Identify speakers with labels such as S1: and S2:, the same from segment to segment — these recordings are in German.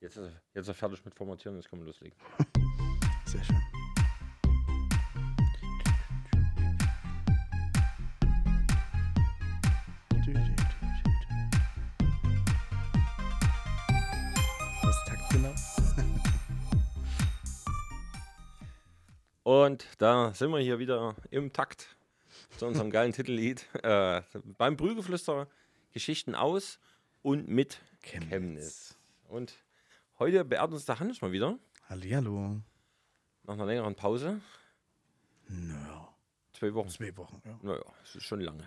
S1: Jetzt ist, er, jetzt ist er fertig mit Formatieren, jetzt können wir loslegen.
S2: Sehr schön. Was Takt genau?
S1: Und da sind wir hier wieder im Takt zu unserem geilen Titellied. Äh, beim Brügeflüster Geschichten aus und mit Chemnitz. Und heute beehrt uns der Hannes mal wieder,
S2: Hallihallo.
S1: nach einer längeren Pause.
S2: Naja,
S1: Zwei Wochen.
S2: zwei Wochen. Ja.
S1: Naja, das ist schon lange.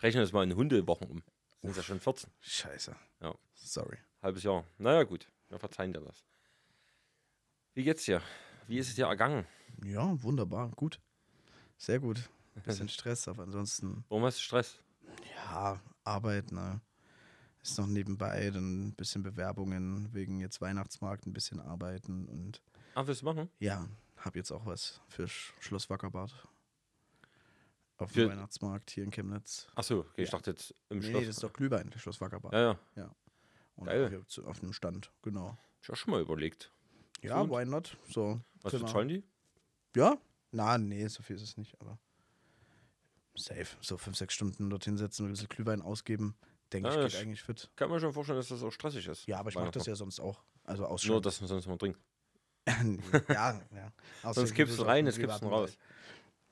S1: Rechnen wir es mal in Hundewochen um. Sind ja schon 14.
S2: Scheiße.
S1: Ja.
S2: Sorry.
S1: Halbes Jahr. Naja, gut. Wir verzeihen dir das. Wie geht's dir? Wie ist es dir ergangen?
S2: Ja, wunderbar. Gut. Sehr gut. Bisschen Stress, aber ansonsten,
S1: Warum hast du Stress?
S2: ja, Arbeit, ne? Ist noch nebenbei, dann ein bisschen Bewerbungen wegen jetzt Weihnachtsmarkt, ein bisschen arbeiten und
S1: Ah, willst du machen?
S2: Ja, hab jetzt auch was für Sch Schloss Wackerbad. Auf
S1: Für-
S2: dem Weihnachtsmarkt hier in Chemnitz.
S1: Achso, okay, ich
S2: Ja.
S1: dachte jetzt im
S2: nee,
S1: Schloss.
S2: das ist doch Glühwein, Schloss Wackerbad.
S1: ja, ja.
S2: Und
S1: geil.
S2: hier zu, auf dem Stand, genau.
S1: Ich auch schon mal überlegt.
S2: Ja,
S1: Gut.
S2: why not? So.
S1: Was
S2: genau.
S1: bezahlen die?
S2: Ja? Na, nee, so viel ist es nicht, aber safe. So fünf, sechs Stunden dorthin setzen und ein bisschen Glühwein ausgeben, denke
S1: Ja,
S2: ich,
S1: das-
S2: geht eigentlich fit.
S1: Kann man schon vorstellen, dass das auch stressig ist.
S2: Ja, aber ich mache das
S1: Weihnachten.
S2: ja sonst auch. Also
S1: Nur,
S2: ausschalten.
S1: dass man sonst mal trinkt.
S2: ja, ja.
S1: Sonst kippst du rein, jetzt kippst du raus.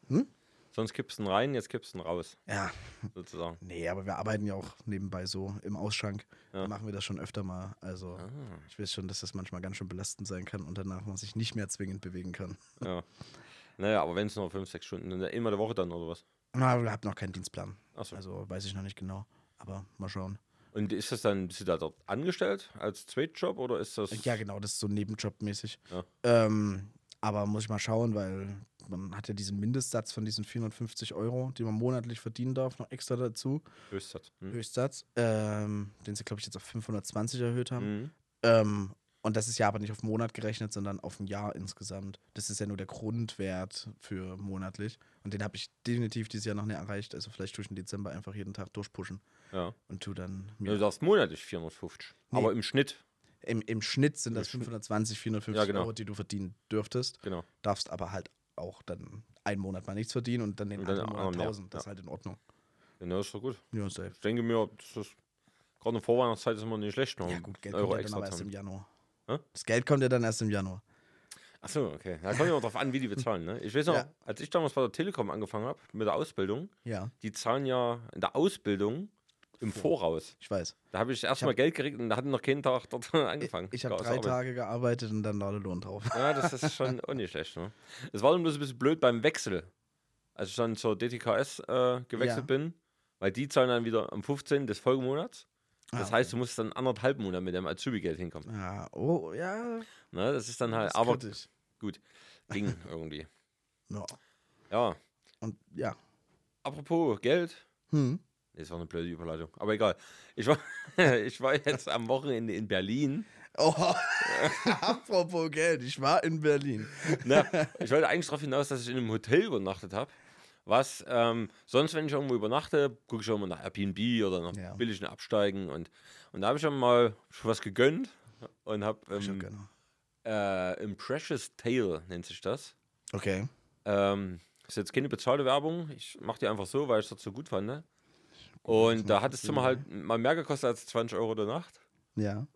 S2: Hm?
S1: Sonst kippst du rein, jetzt kippst du raus,
S2: Ja,
S1: sozusagen.
S2: Nee, aber wir arbeiten ja auch nebenbei so im Ausschank.
S1: Ja.
S2: Machen wir das schon öfter mal. Also
S1: Ah.
S2: ich weiß schon, dass das manchmal ganz schön belastend sein kann und danach man sich nicht mehr zwingend bewegen kann.
S1: Ja. Naja, aber wenn es nur fünf, sechs Stunden, dann immer der Woche dann oder was?
S2: Na, wir haben noch keinen Dienstplan.
S1: Achso.
S2: Also weiß ich noch nicht genau. Aber mal schauen.
S1: Und ist das dann, bist du da dort angestellt als Zweitjob oder ist das.
S2: Ja, genau, das ist so Nebenjob-mäßig.
S1: Ja.
S2: Ähm, aber muss ich mal schauen, weil man hat ja diesen Mindestsatz von diesen 450 Euro, die man monatlich verdienen darf, noch extra dazu.
S1: Höchstzeit. Hm.
S2: Höchstsatz, ähm, den sie, glaube ich, jetzt auf 520 erhöht haben.
S1: Mhm.
S2: Ähm, und das ist ja aber nicht auf den Monat gerechnet, sondern auf ein Jahr insgesamt. Das ist ja nur der Grundwert für monatlich. Und den habe ich definitiv dieses Jahr noch nicht erreicht. Also vielleicht tue ich im Dezember einfach jeden Tag durchpushen
S1: Ja.
S2: und tu dann mir.
S1: Du darfst monatlich 450.
S2: Nee.
S1: Aber im Schnitt,
S2: Im, Im Schnitt sind das
S1: Schnitt.
S2: 520, 450
S1: Ja, genau.
S2: Euro, die du verdienen dürftest.
S1: genau.
S2: Darfst aber halt auch dann einen Monat mal nichts verdienen und dann den
S1: Und dann
S2: anderen Monat
S1: anderen mehr.
S2: 1000. Das
S1: Ja.
S2: ist halt in Ordnung.
S1: Genau, ist doch gut.
S2: Ja, safe.
S1: Ich denke mir, das ist gerade in Vorweihnachtszeit ist immer nicht schlecht. noch
S2: Ja,
S1: einen
S2: gut, Geld kommt ja dann
S1: extra
S2: aber
S1: zu
S2: erst
S1: haben.
S2: im Januar.
S1: Hä?
S2: Das Geld kommt ja dann erst im Januar.
S1: Achso, okay. Da kommt ja auch drauf an, wie die bezahlen. Ne? Ich weiß noch,
S2: Ja.
S1: als ich damals bei der Telekom angefangen habe mit der Ausbildung,
S2: Ja,
S1: die zahlen ja in der Ausbildung im Voraus.
S2: ich weiß.
S1: Da habe ich erstmal Geld gekriegt und da hatten noch keinen Tag dort angefangen.
S2: Ich habe
S1: zu
S2: drei
S1: arbeiten.
S2: Tage gearbeitet und dann war der Lohn drauf.
S1: Ja, das ist schon auch nicht schlecht. Ne? Es war dann bloß ein bisschen blöd beim Wechsel. Als ich dann zur DTKS äh, gewechselt
S2: Ja.
S1: bin, weil die zahlen dann wieder am 15. des Folgemonats.
S2: Ah,
S1: Das heißt, du musst dann anderthalb Monate mit dem Azubi-Geld hinkommen.
S2: Ja, oh, ja.
S1: Ne? Das ist dann halt,
S2: das ist
S1: aber
S2: kritisch.
S1: ging irgendwie.
S2: Ja.
S1: Ja,
S2: Und ja.
S1: apropos Geld.
S2: Hm.
S1: Nee, Das war eine blöde Überleitung, aber egal. Ich war, ich war jetzt am Wochenende in Berlin.
S2: Oh, apropos Geld, ich war in Berlin.
S1: Na, ne? ich wollte eigentlich darauf hinaus, dass ich in einem Hotel übernachtet habe. Was ähm, sonst, wenn ich irgendwo übernachte, gucke ich immer nach Airbnb oder nach
S2: Ja.
S1: billigen Absteigen. Und, und da habe ich dann mal schon was gegönnt und habe ähm,
S2: Schon gerne.
S1: äh, im Precious Tale, nennt sich das.
S2: Okay.
S1: Ähm, ist jetzt keine bezahlte Werbung. Ich mache die einfach so, weil ich das so gut fand. Ne? Und da hat das Zimmer halt mal mehr gekostet als 20 Euro der Nacht.
S2: Ja.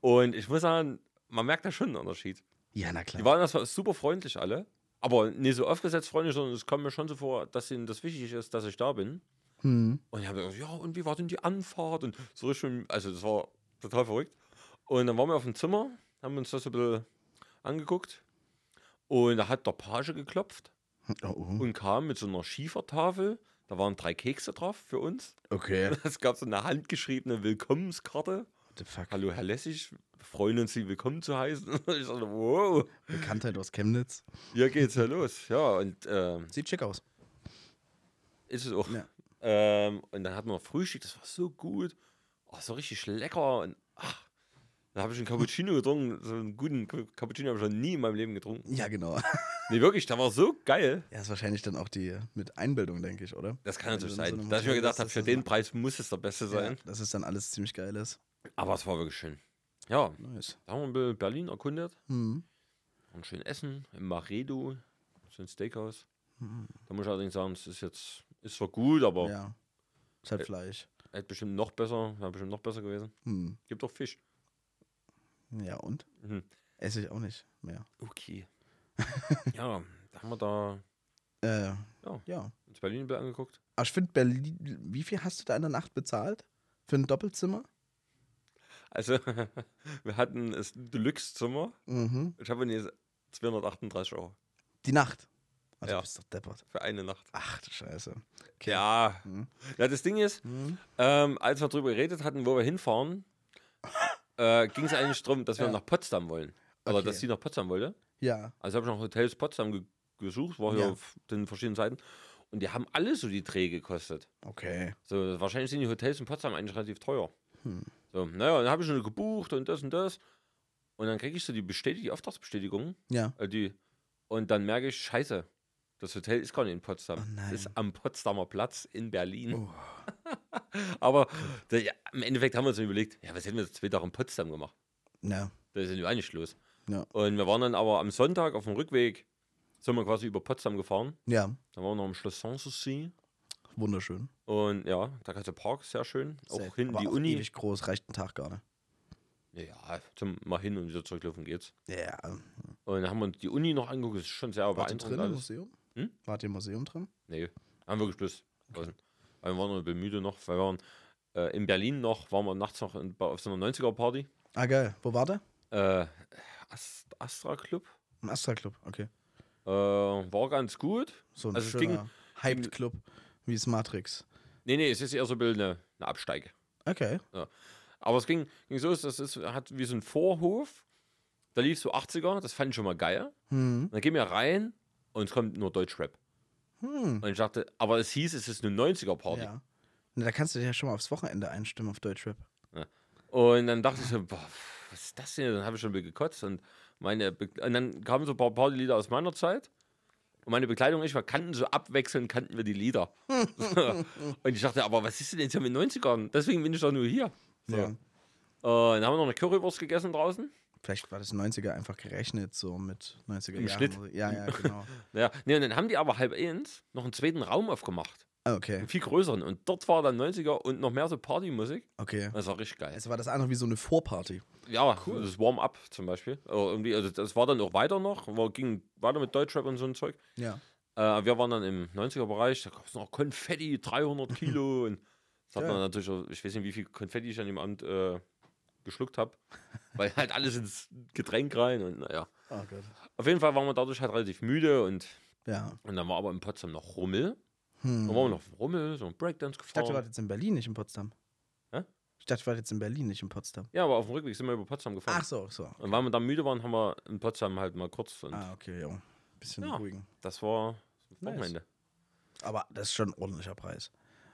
S1: Und ich muss sagen, man merkt da schon einen Unterschied.
S2: Ja, na
S1: Die
S2: klar.
S1: waren erstmal super freundlich alle. Aber nicht so aufgesetzt freundlich, sondern es kommt mir schon so vor, dass ihnen das wichtig ist, dass ich da bin.
S2: Hm.
S1: Und ich habe gesagt, ja, und wie war denn die Anfahrt? Und so richtig, also das war total verrückt. Und dann waren wir auf dem Zimmer, haben uns das so ein bisschen angeguckt. Und da hat der Page geklopft
S2: Oh, oh.
S1: und kam mit so einer Schiefertafel. Da waren drei Kekse drauf für uns.
S2: Okay.
S1: Es gab so eine handgeschriebene Willkommenskarte.
S2: What the fuck?
S1: Hallo, Herr Lessig, wir freuen uns, Sie willkommen zu heißen. Ich dachte, wow,
S2: Bekanntheit aus Chemnitz.
S1: hier geht's ja los. Ja, und ähm,
S2: Sieht schick aus.
S1: Ist es auch.
S2: Ja.
S1: Ähm, und dann hatten wir noch Frühstück, das war so gut. Oh, so richtig lecker. Und ach, dann habe ich einen Cappuccino getrunken. So einen guten Ca- Cappuccino habe ich schon nie in meinem Leben getrunken.
S2: Ja, genau. Ja,
S1: Nee, wirklich, der war so geil.
S2: ist wahrscheinlich dann auch die äh, mit Einbildung, denke ich, oder?
S1: Das kann
S2: Wenn
S1: natürlich
S2: du in so
S1: sein.
S2: einem
S1: dass ich mir
S2: Hotel
S1: gedacht
S2: bist,
S1: habe,
S2: dass
S1: für
S2: das
S1: den
S2: mal-
S1: Preis muss es der Beste
S2: Ja,
S1: sein.
S2: dass es dann alles ziemlich geil ist.
S1: Aber es war wirklich schön. Ja,
S2: Nice.
S1: da haben wir Berlin erkundet.
S2: Hm.
S1: Und schön essen im Maredo, so ein Steakhouse. Da muss ich allerdings sagen, es ist jetzt, ist zwar gut, aber
S2: hm, Ja. Ist halt Fleisch.
S1: hätte bestimmt noch besser, wäre bestimmt noch besser gewesen.
S2: Hm.
S1: Gibt doch Fisch.
S2: Ja, und?
S1: Mhm.
S2: Esse ich auch nicht mehr.
S1: Okay. ja, da haben wir da
S2: Äh,
S1: Ja.
S2: ja.
S1: uns Berlin ein bisschen angeguckt.
S2: Aber Ah, ich finde, Berlin, wie viel hast du da in der Nacht bezahlt? Für ein Doppelzimmer?
S1: Also, wir hatten das Deluxe-Zimmer.
S2: Mhm.
S1: Ich habe jetzt 238 Euro
S2: Die Nacht. Also,
S1: Ja.
S2: du bist doch deppert.
S1: für eine Nacht.
S2: Ach du Scheiße.
S1: Ja.
S2: Mhm.
S1: ja, das Ding ist,
S2: Mhm.
S1: ähm, als wir drüber geredet hatten, wo wir hinfahren, äh, ging es eigentlich darum, dass wir
S2: Ja.
S1: nach Potsdam wollen. Oder
S2: Okay.
S1: dass sie nach Potsdam wollte.
S2: Ja.
S1: Also habe ich nach Hotels Potsdam ge gesucht, war
S2: Ja.
S1: hier auf den verschiedenen Seiten. Und die haben alle so die Dreh gekostet.
S2: Okay.
S1: So, wahrscheinlich sind die Hotels in Potsdam eigentlich relativ teuer.
S2: Hm.
S1: So, naja, dann habe ich schon gebucht und das und das. Und dann kriege ich so die, Bestätig die Auftragsbestätigung.
S2: Ja.
S1: Äh, die, und dann merke ich, scheiße, das Hotel ist gar nicht in Potsdam.
S2: Oh nein.
S1: Ist Mhm. am Potsdamer Platz in Berlin.
S2: Oh.
S1: Aber da, ja, im Endeffekt haben wir uns dann überlegt, ja, was hätten wir jetzt zwei Tage in Potsdam gemacht?
S2: Ja.
S1: Da ist ja auch nicht los.
S2: Ja.
S1: Und wir waren dann aber am Sonntag auf dem Rückweg, sind wir quasi über Potsdam gefahren.
S2: Ja.
S1: Dann waren wir noch im Schloss Sanssouci.
S2: Wunderschön.
S1: Und ja, da ganze Park, sehr schön. Auch
S2: Safe.
S1: hinten
S2: Aber
S1: die
S2: auch
S1: Uni.
S2: Ewig groß, reicht ein Tag gar nicht.
S1: Ja, zum mal hin und wieder zurücklaufen geht's.
S2: Ja.
S1: Und dann haben wir uns die Uni noch angeguckt, das ist schon sehr
S2: Wart ihr
S1: beeindruckend.
S2: drin im
S1: alles.
S2: Museum?
S1: Hm?
S2: Wart ihr im Museum drin?
S1: Nee, haben wir wirklich Schluss. draußen. Weil wir waren noch ein bisschen müde noch, weil wir waren äh, in Berlin noch, waren wir nachts noch in, bei- auf so einer 90er-Party.
S2: Ah, geil. Wo war der?
S1: Äh, Ast Astra Club.
S2: Im Astra Club. Okay.
S1: Äh, war ganz gut.
S2: So ein
S1: Also es
S2: schöner Hyped Club, wie es Matrix.
S1: Nee, nee, es ist eher so ein bisschen eine, eine Absteige.
S2: Okay.
S1: Aber es ging, ging so, es ist, hat wie so ein Vorhof. Da lief so 80er, das fand ich schon mal geil.
S2: Hm.
S1: Und dann gehen wir rein und es kommt nur Deutschrap.
S2: Hm.
S1: Und ich dachte, aber es hieß, es ist eine 90er-Party.
S2: Ja. Na, da kannst du dich ja schon mal aufs Wochenende einstimmen auf Deutschrap.
S1: Und dann dachte ich so, boah, was ist das denn? Dann habe ich schon ein bisschen gekotzt. Und, meine Be und dann kamen so ein paar Partylieder aus meiner Zeit. Und meine Bekleidung und ich, wir kannten so abwechselnd, kannten wir die Lieder. und ich dachte, aber was ist denn jetzt hier mit 90ern? Deswegen bin ich doch nur hier. So.
S2: Ja.
S1: Äh, dann haben wir noch eine Currywurst gegessen draußen.
S2: Vielleicht war das 90er einfach gerechnet, so mit 90er
S1: Im
S2: Jahren.
S1: Schnitt.
S2: Ja, ja, genau.
S1: Naja, nee, und dann haben die aber halb eins noch einen zweiten Raum aufgemacht.
S2: Ah, okay,
S1: Einen viel größeren. Und dort war dann 90er und noch mehr so Partymusik.
S2: okay.
S1: Das war richtig geil.
S2: Also war das einfach wie so eine Vorparty.
S1: Ja, das Warm-up zum Beispiel. Oder irgendwie, also das war dann auch weiter noch, war, ging weiter mit Deutschrap und so ein Zeug.
S2: Ja.
S1: Äh, wir waren dann im 90er-Bereich, da gab es noch Konfetti, 300 Kilo. und das hat
S2: Geil.
S1: man natürlich, auch- ich weiß nicht, wie viel Konfetti ich an dem Abend äh, geschluckt habe, weil halt alles ins Getränk rein und naja.
S2: Oh Gott.
S1: Auf jeden Fall waren wir dadurch halt relativ müde und,
S2: Ja.
S1: und dann war aber in Potsdam noch Rummel.
S2: Hm.
S1: Dann waren wir noch auf Rummel, so ein Breakdance
S2: Ich dachte, ihr
S1: gefahren.
S2: wart jetzt in Berlin, nicht in Potsdam.
S1: Hä?
S2: Ich dachte, ihr wart jetzt in Berlin, nicht in Potsdam.
S1: Ja, aber auf dem Rückweg sind wir über Potsdam gefahren.
S2: Ach so, so.
S1: Und weil wir dann müde waren, haben wir in Potsdam halt mal kurz und
S2: Ah, okay, jo. Bisschen
S1: Ja.
S2: beruhigen.
S1: das war das
S2: Nice.
S1: Wochenende.
S2: Aber das ist schon ein ordentlicher Preis.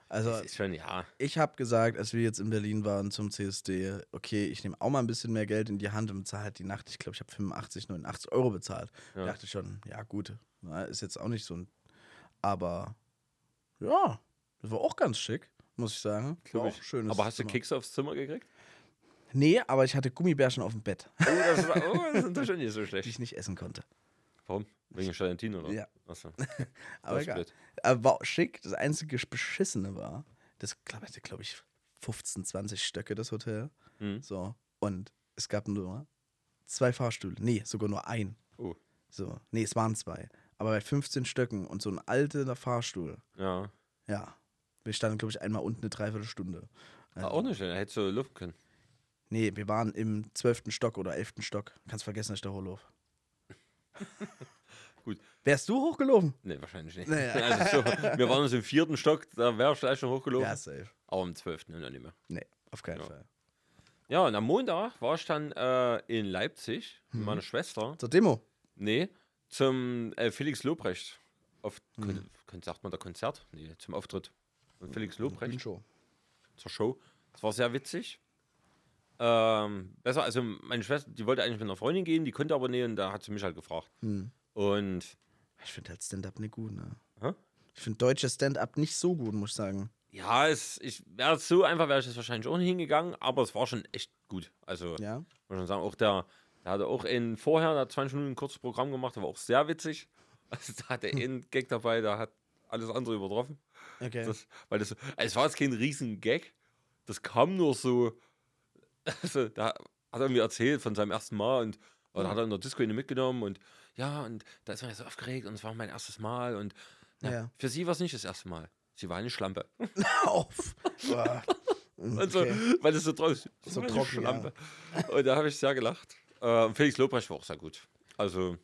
S2: Also,
S1: Das ist schon, ja.
S2: ich habe gesagt, als wir jetzt in Berlin waren zum CSD, okay, ich nehme auch mal ein bisschen mehr Geld in die Hand und bezahle halt die Nacht. Ich glaube, ich habe 85, 89 Euro bezahlt.
S1: Ja.
S2: Ich dachte schon, ja gut, na, ist jetzt auch nicht so ein... Aber ja, das war auch ganz schick, muss ich sagen. War
S1: Glaub
S2: auch
S1: ich.
S2: schönes
S1: Aber hast du
S2: Zimmer.
S1: Kekse aufs Zimmer gekriegt?
S2: Nee, aber ich hatte Gummibärchen auf dem Bett,
S1: Oh, das, war, oh, das ist natürlich nicht so
S2: die
S1: schlecht.
S2: ich nicht essen konnte.
S1: Warum? Wegen Gelatine, oder?
S2: Ja.
S1: Achso. Das
S2: Aber
S1: ist
S2: egal.
S1: blöd.
S2: Aber war auch schick. Das einzige Beschissene war, das glaub, hatte, glaube ich, 15, 20 Stöcke, das Hotel.
S1: Mhm.
S2: So. Und es gab nur zwei Fahrstühle. Nee, sogar nur ein.
S1: Oh.
S2: So. Nee, es waren zwei. Aber bei 15 Stöcken und so ein alter Fahrstuhl.
S1: Ja.
S2: Ja. Wir standen, glaube ich, einmal unten eine Dreiviertelstunde.
S1: Ah, auch nicht schlecht. Da Hättest du lüften können.
S2: Nee, wir waren im 12. Stock oder 11. Stock. Kannst vergessen, dass ich da hochlaufe.
S1: Gut.
S2: Wärst du hochgelaufen?
S1: Nee, wahrscheinlich nicht.
S2: Naja.
S1: Also so, wir waren uns im vierten Stock, da wäre ich vielleicht schon hochgelaufen.
S2: Ja, safe.
S1: Aber im zwölften dann nicht mehr.
S2: Nee, auf keinen
S1: Ja.
S2: Fall.
S1: Ja, und am Montag war ich dann äh, in Leipzig
S2: Mhm.
S1: mit meiner Schwester.
S2: Zur Demo.
S1: Nee, zum äh, Felix Lobrecht. Auf, Kon- Kon- sagt man da Konzert? Nee, zum Auftritt. Und Felix Lobrecht.
S2: Show.
S1: zur Show. Das war sehr witzig. Ähm, besser, also meine Schwester, die wollte eigentlich mit einer Freundin gehen, die konnte aber nicht und da hat sie mich halt gefragt.
S2: Hm.
S1: Und
S2: Ich finde halt Stand-up nicht gut, ne?
S1: Hä?
S2: Ich finde deutsche Stand-up nicht so gut, muss ich sagen.
S1: Ja, es, ich wäre so einfach, wäre ich jetzt wahrscheinlich auch nicht hingegangen, aber es war schon echt gut. Also, muss
S2: Ja.
S1: man schon sagen, auch der, der hatte auch in vorher, der hat 20 Minuten ein kurzes Programm gemacht, der war auch sehr witzig. Also, da hat er einen Gag dabei, der hat alles andere übertroffen.
S2: Okay.
S1: Das, weil das, es war jetzt kein riesen Gag. Das kam nur so. Also, da hat er irgendwie erzählt von seinem ersten Mal und und da hat er in der Disco ihn mitgenommen und ja, und da ist man ja so aufgeregt und es war mein erstes Mal und na,
S2: Ja.
S1: für sie war es nicht das erste Mal. Sie war eine Schlampe.
S2: auf. Boah. Okay.
S1: Und so, weil es so trocken ist. Sie
S2: So
S1: war eine
S2: trocken, ja.
S1: Schlampe. Und da habe ich sehr gelacht. Äh, Felix Lobrecht war auch sehr gut. Also,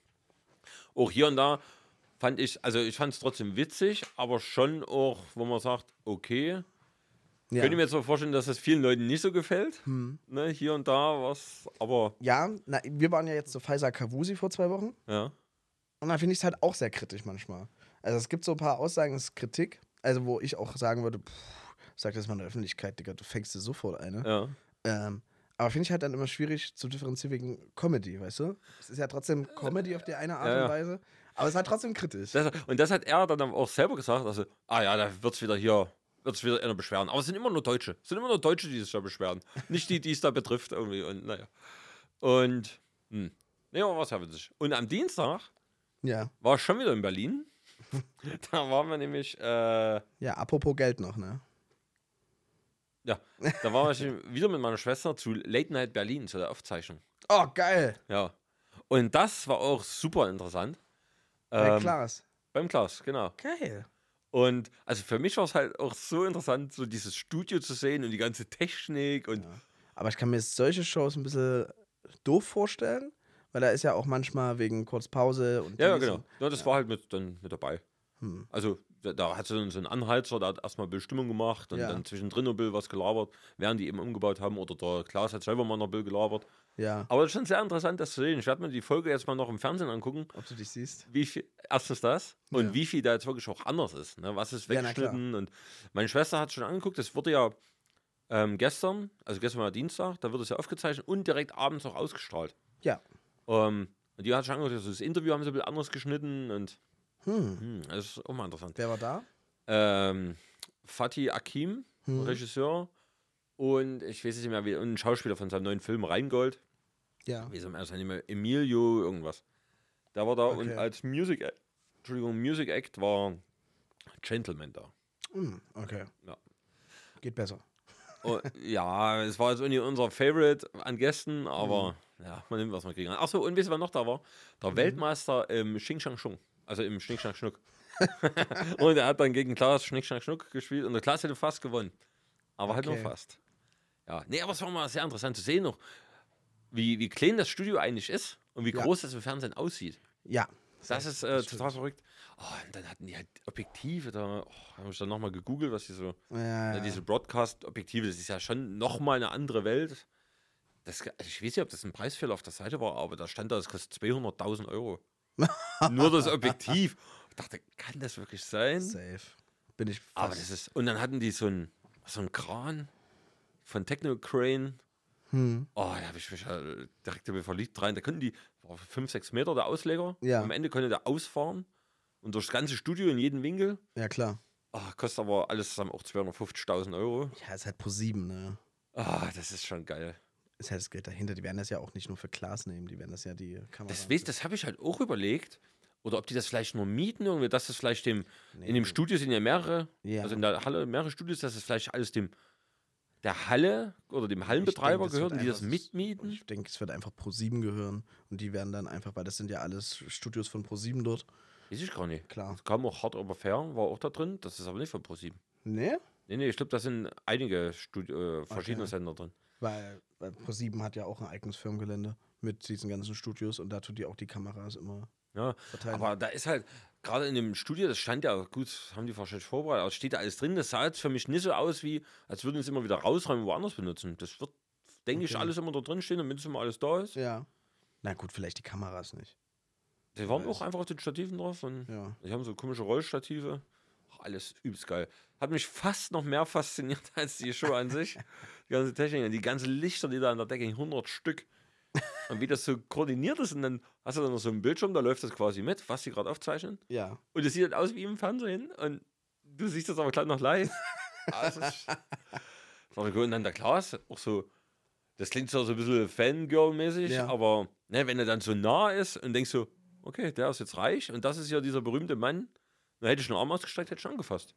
S1: auch hier und da fand ich, also ich fand es trotzdem witzig, aber schon auch, wo man sagt, okay,
S2: ja.
S1: Könnte ich mir jetzt mal vorstellen, dass das vielen Leuten nicht so gefällt. Ne, hier und da was, aber
S2: ja, na, wir waren ja jetzt zu Pfizer Kavusi vor zwei Wochen.
S1: ja.
S2: Und da finde ich es halt auch sehr kritisch manchmal. Also es gibt so ein paar Aussagen, das ist Kritik. Also wo ich auch sagen würde, pff, sag das mal in der Öffentlichkeit, Digga, du fängst dir sofort eine.
S1: ja.
S2: Ähm, aber finde ich halt dann immer schwierig zu differenzieren wegen Comedy, weißt du? Es ist ja trotzdem Comedy auf die eine Art
S1: Ja, ja.
S2: und Weise, aber es ist halt trotzdem kritisch.
S1: Das, und das hat er dann aber auch selber gesagt. Also, ah ja, da wird es wieder hier, wird es wieder einer beschweren. Aber es sind immer nur Deutsche. Es sind immer nur Deutsche, die sich da beschweren. Nicht die, die es da betrifft irgendwie. Und naja. Und, hm. Nee, aber was ja witzig. Und am Dienstag
S2: Ja.
S1: war ich schon wieder in Berlin. da waren wir nämlich, äh,
S2: Ja, apropos Geld noch, ne?
S1: ja, da waren wir wieder mit meiner Schwester zu Late Night Berlin, zu der Aufzeichnung.
S2: Oh, geil!
S1: Ja. Und das war auch super interessant.
S2: Bei
S1: Ähm,
S2: Klaas.
S1: Beim Klaas, genau.
S2: Geil.
S1: Und also für mich war es halt auch so interessant, so dieses Studio zu sehen und die ganze Technik und
S2: Aber ich kann mir solche Shows ein bisschen doof vorstellen, weil da ist ja auch manchmal wegen kurz Pause und
S1: ja, ja
S2: dies
S1: genau.
S2: und-
S1: Ja, das war halt mit, dann mit dabei.
S2: Hm.
S1: Also da, da hat so ein- so ein Anheizer, der hat erstmal Bestimmung gemacht und
S2: Ja.
S1: dann zwischendrin noch Bill was gelabert, während die eben umgebaut haben oder der Klaas hat selber mal noch Bill gelabert.
S2: Ja.
S1: Aber das ist schon sehr interessant, das zu sehen. Ich werde mir die Folge jetzt mal noch im Fernsehen angucken.
S2: Ob du dich siehst?
S1: wie viel, erstens das und
S2: Ja.
S1: wie viel da jetzt wirklich auch anders ist. Ne? Was ist
S2: Ja, na
S1: weggeschnitten? und meine Schwester hat schon angeguckt, das wurde ja ähm, gestern, also gestern war Dienstag, da wird es ja aufgezeichnet und direkt abends noch ausgestrahlt.
S2: Ja.
S1: Ähm, und die hat schon angeguckt, also das Interview haben sie ein bisschen anders geschnitten und
S2: Hm.
S1: hm, das ist auch mal interessant.
S2: Wer war da?
S1: Ähm, Fatih Akim,
S2: Hm.
S1: Regisseur und ich weiß nicht mehr, wie, und ein Schauspieler von seinem neuen Film Rheingold
S2: Ja.
S1: wie ist er ersten Name? Emilio irgendwas. Der war da und
S2: Okay.
S1: als Music Act, Entschuldigung, Music Act war Gentleman da.
S2: Hm, okay.
S1: Ja.
S2: Geht besser.
S1: Oh, ja, es war jetzt irgendwie unser Favorite an Gästen, aber
S2: Mhm.
S1: ja, man nimmt, was man kriegen kann. Achso, und wisst ihr, wer noch da war? Der Weltmeister im Xing Shang Shung, also im Schnick Schnack Schnuck. und er hat dann gegen Klaas Schnick Schnack Schnuck gespielt und der Klaas hätte fast gewonnen. Aber halt nur
S2: Okay.
S1: fast. Ja, nee, aber es war mal sehr interessant zu sehen noch, wie, wie klein das Studio eigentlich ist und wie
S2: Ja.
S1: groß das im Fernsehen aussieht.
S2: Ja.
S1: Das ist äh,
S2: das
S1: total verrückt. Oh, und dann hatten die halt Objektive da. Oh, habe ich dann nochmal gegoogelt, was die so.
S2: Ja,
S1: Ja, diese Broadcast-Objektive, das ist ja schon nochmal eine andere Welt. Das, also ich weiß nicht, ob das ein Preisfehler auf der Seite war, aber da stand da, das kostet 200.000 Euro. Nur das Objektiv. Ich dachte, kann das wirklich sein?
S2: safe. Bin ich fast.
S1: Aber das ist. Und dann hatten die so einen so einen Kran von Techno Crane.
S2: hm.
S1: Oh, da habe ich mich äh, direkt über verliebt rein. Da konnten die, war 5, 6 Meter der Ausleger.
S2: Ja.
S1: Am Ende konnte der ausfahren und durchs ganze Studio in jeden Winkel.
S2: Ja, klar.
S1: Ah, kostet aber alles zusammen auch 250.000 Euro.
S2: Ja, ist halt pro sieben, ne?
S1: Ah, das ist schon geil.
S2: Ist halt das Geld dahinter. Die werden das ja auch nicht nur für Klaas nehmen, die werden das ja die Kamera.
S1: Das, weiß- das habe ich halt auch überlegt. Oder ob die das vielleicht nur mieten, irgendwie, dass das vielleicht dem, in dem Studio sind ja mehrere,
S2: Ja.
S1: also in der Halle mehrere Studios, dass das vielleicht alles dem, der Halle oder dem Hallenbetreiber
S2: das wird
S1: gehört und die das
S2: einfach-
S1: mitmieten.
S2: Ich denke, es wird einfach pro sieben gehören und die werden dann einfach, weil das sind ja alles Studios von pro sieben dort.
S1: Weiß ich gar nicht.
S2: Klar.
S1: Das kam auch hart aber fair, war auch da drin. Das ist aber nicht von ProSieben.
S2: Ne?
S1: Nee, nee, ich glaube, da sind einige Studi äh, verschiedene Sender drin.
S2: Weil, weil pro sieben hat ja auch ein eigenes Firmengelände mit diesen ganzen Studios und da tut die auch die Kameras immer.
S1: Ja,
S2: Verteilen.
S1: aber da ist halt, gerade in dem Studio, das stand ja, gut, das haben die wahrscheinlich vorbereitet, aber es steht da alles drin. Das sah jetzt für mich nicht so aus, wie, als würden sie es immer wieder rausräumen und woanders benutzen. Das wird, denke ich,
S2: Okay.
S1: alles immer da drin stehen, damit es immer alles da ist.
S2: Ja. Na gut, vielleicht die Kameras nicht.
S1: Die waren
S2: Weiß.
S1: auch einfach auf den Stativen drauf und
S2: Ja.
S1: die haben so komische Rollstative. Ach, alles übelst geil. Hat mich fast noch mehr fasziniert als die Show an sich. Die ganze Technik und die ganzen Lichter, die da an der Decke hängen, 100 Stück. Und wie das so koordiniert ist. Und dann hast du dann noch so einen Bildschirm, da läuft das quasi mit, was die gerade aufzeichnen.
S2: Ja.
S1: Und es sieht halt aus wie im Fernsehen. Und du siehst das aber gleich noch live. Also, war gut. Und dann der Klaas, auch so, das klingt zwar so ein bisschen Fangirl-mäßig,
S2: Ja.
S1: aber ne, wenn er dann so nah ist und denkst so, okay, der ist jetzt reich und das ist ja dieser berühmte Mann, dann hätte ich einen Arm ausgestreckt, hätte ich ihn angefasst.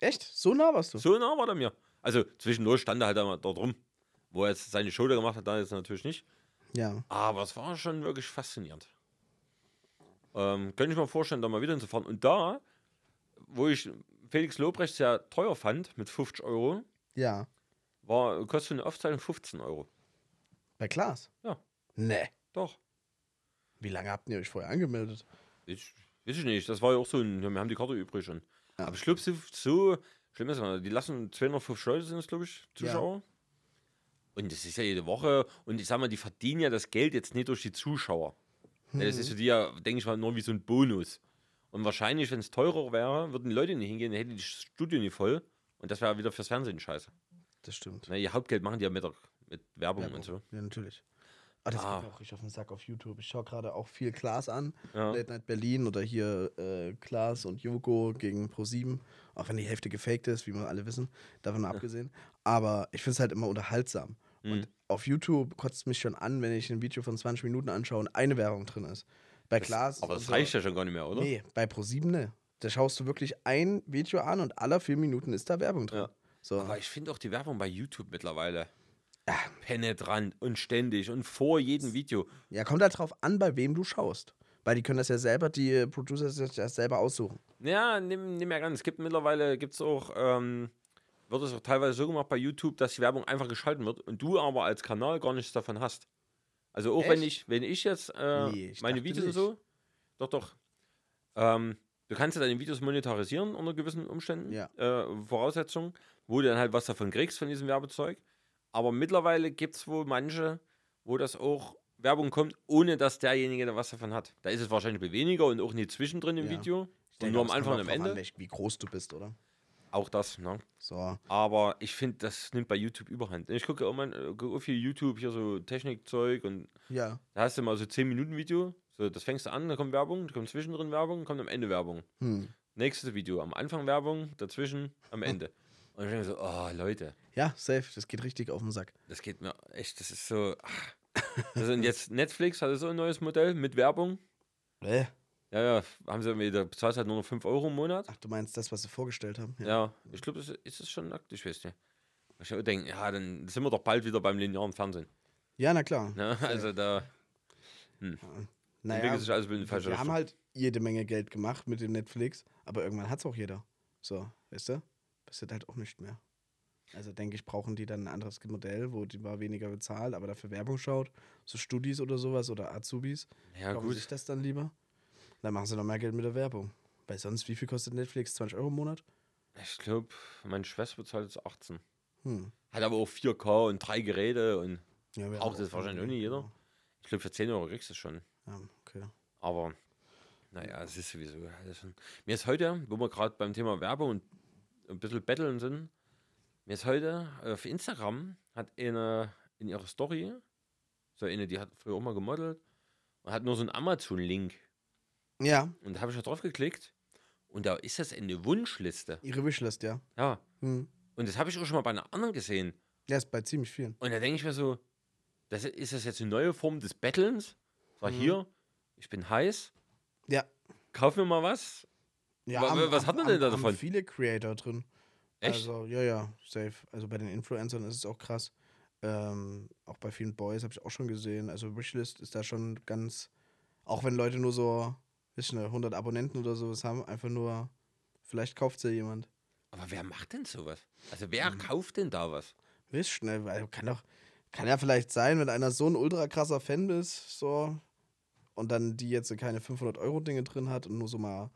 S2: Echt? So nah warst du?
S1: So nah war der mir. Also zwischendurch stand er halt einmal dort rum. Wo er jetzt seine Schulter gemacht hat, da jetzt natürlich nicht.
S2: Ja.
S1: Aber es war schon wirklich faszinierend. Ähm, könnte ich mir vorstellen, da mal wieder hinzufahren. Und da, wo ich Felix Lobrecht sehr teuer fand, mit 50 Euro,
S2: Ja.
S1: war, kostet eine Aufteilung 15 Euro.
S2: Bei Klaas?
S1: Ja.
S2: Nee.
S1: Doch.
S2: Wie lange habt ihr euch vorher angemeldet?
S1: Ich, weiß ich nicht. Das war ja auch so ein, wir haben die Karte übrig schon. Aber ich glaube, so, so schlimm ist es nicht. Die lassen 250 Leute sind es, glaube ich, Zuschauer. Und das ist ja jede Woche. Und ich sag mal, die verdienen ja das Geld jetzt nicht durch die Zuschauer. Ja, Das ist für die ja, denke ich mal, nur wie so ein Bonus. Und wahrscheinlich, wenn es teurer wäre, würden die Leute nicht hingehen, dann hätten die das Studio nie voll. Und das wäre wieder fürs Fernsehen scheiße.
S2: Das stimmt.
S1: Na, ihr Hauptgeld machen die ja mit, der, mit Werbung, und so.
S2: Ja, natürlich. Aber das
S1: Ah.
S2: geht mir auch richtig auf den Sack auf YouTube. Ich schaue gerade auch viel Klaas an.
S1: Ja.
S2: Late Night Berlin oder hier äh, Klaas und Joko gegen Pro7. Auch wenn die Hälfte gefaked ist, wie wir alle wissen. Davon mal abgesehen. Aber ich finde es halt immer unterhaltsam.
S1: Mhm.
S2: Und auf YouTube kotzt mich schon an, wenn ich ein Video von 20 Minuten anschaue und eine Werbung drin ist. Bei Klaas. ist
S1: Aber das
S2: unser-
S1: reicht ja schon gar nicht mehr, oder?
S2: Nee, bei Pro7 ne. Da schaust du wirklich ein Video an und aller vier Minuten ist da Werbung drin.
S1: Ja.
S2: So.
S1: Aber ich finde auch die Werbung bei YouTube mittlerweile
S2: Ja.
S1: penetrant und ständig und vor jedem Video.
S2: Ja, kommt halt drauf an, bei wem du schaust. Weil die können das ja selber, die äh, Producer das ja selber aussuchen.
S1: Ja, nimm, nimm ja ganz. Es gibt mittlerweile, gibt's auch, ähm, wird es auch teilweise so gemacht bei YouTube, dass die Werbung einfach geschalten wird und du aber als Kanal gar nichts davon hast. Also auch wenn
S2: Echt?
S1: ich, wenn ich jetzt äh,
S2: Nee, ich
S1: meine
S2: dachte
S1: Videos und
S2: nicht.
S1: so, doch, doch. Ähm, du kannst ja deine Videos monetarisieren unter gewissen Umständen,
S2: Ja.
S1: äh, Voraussetzungen, wo du dann halt was davon kriegst von diesem Werbezeug. Aber mittlerweile gibt es wohl manche, wo das auch Werbung kommt, ohne dass derjenige da was davon hat. Da ist es wahrscheinlich weniger und auch nicht zwischendrin im
S2: Ja.
S1: Video,
S2: Denk,
S1: sondern nur am
S2: das kommt
S1: Anfang und am
S2: auch drauf
S1: Ende.
S2: An, welch- wie groß du bist, oder?
S1: Auch das, ne?
S2: So.
S1: Aber ich finde, das nimmt bei YouTube überhand. Ich gucke auch, mein, äh, guck auch viel YouTube, hier so Technikzeug und
S2: Ja.
S1: da hast du mal so 10-Minuten-Video. So, das fängst du an, da kommt Werbung, da kommt zwischendrin Werbung, kommt am Ende Werbung.
S2: Hm.
S1: Nächstes Video, am Anfang Werbung, dazwischen, am Ende. Und ich denke so, oh Leute,
S2: Ja, safe. Das geht richtig auf den Sack.
S1: das geht mir echt, das ist so. ach. Also und jetzt Netflix hatte so ein neues Modell mit Werbung.
S2: Äh.
S1: Ja, ja, haben sie irgendwie, da bezahlst du halt nur noch 5 Euro im Monat.
S2: Ach, du meinst das, was sie vorgestellt haben?
S1: Ja, ich glaube, das ist es schon nackt, ich weiß nicht. Ich denke, ja, dann sind wir doch bald wieder beim linearen Fernsehen.
S2: Ja, na klar.
S1: Ne? Also da
S2: Naja,
S1: entwickelt sich alles in die falsche
S2: wir haben
S1: Richtung.
S2: halt jede Menge Geld gemacht mit dem Netflix, aber irgendwann hat's auch jeder. So, weißt du? Passiert halt auch nicht mehr. Also denke ich, brauchen die dann ein anderes Modell, wo die mal weniger bezahlt, aber dafür Werbung schaut. So Studis oder sowas oder Azubis.
S1: ja,
S2: kaufen sich
S1: gut.
S2: das dann lieber. Dann machen sie noch mehr Geld mit der Werbung. Weil sonst, wie viel kostet Netflix? 20 Euro im Monat?
S1: Ich glaube, meine Schwester bezahlt jetzt 18.
S2: Hm.
S1: Hat aber auch 4K und drei Geräte und
S2: Ja, wir
S1: Braucht
S2: haben
S1: das wahrscheinlich auch nicht jeder. ich glaube, für 10 Euro kriegst du es schon.
S2: Ja, okay.
S1: Aber naja, es ist sowieso. alles schon- Mir ist heute, wo wir gerade beim Thema Werbung und ein bisschen betteln sind, mir ist heute äh, auf Instagram hat eine in ihrer Story, so eine, die hat früher auch mal gemodelt, und hat nur so einen Amazon-Link.
S2: Ja,
S1: Und da habe ich da drauf geklickt und da ist das eine Wunschliste.
S2: ihre Wishlist, ja.
S1: Ja.
S2: Hm.
S1: Und das habe ich auch schon mal bei einer anderen gesehen.
S2: Ja, ist bei ziemlich vielen.
S1: Und da denke ich mir so, das ist, ist das jetzt eine neue Form des Bettelns? War
S2: Mhm.
S1: hier, ich bin heiß,
S2: Ja.
S1: kauf mir mal was.
S2: ja
S1: Wa- wa- was hat man denn da
S2: haben
S1: davon?
S2: viele Creator drin.
S1: Echt?
S2: Also, ja, ja, safe. Also bei den Influencern ist es auch krass. Ähm, auch bei vielen Boys habe ich auch schon gesehen. Also Wishlist ist da schon ganz, auch wenn Leute nur so, wissen 100 Abonnenten oder sowas haben, einfach nur, vielleicht kauft sie jemand.
S1: Aber wer macht denn sowas? Also wer
S2: Mhm.
S1: kauft denn da was?
S2: Wiss schnell, weil kann doch, kann ja vielleicht sein, wenn einer so ein ultra krasser Fan ist, so, und dann die jetzt keine 500-Euro-Dinge drin hat und nur so mal,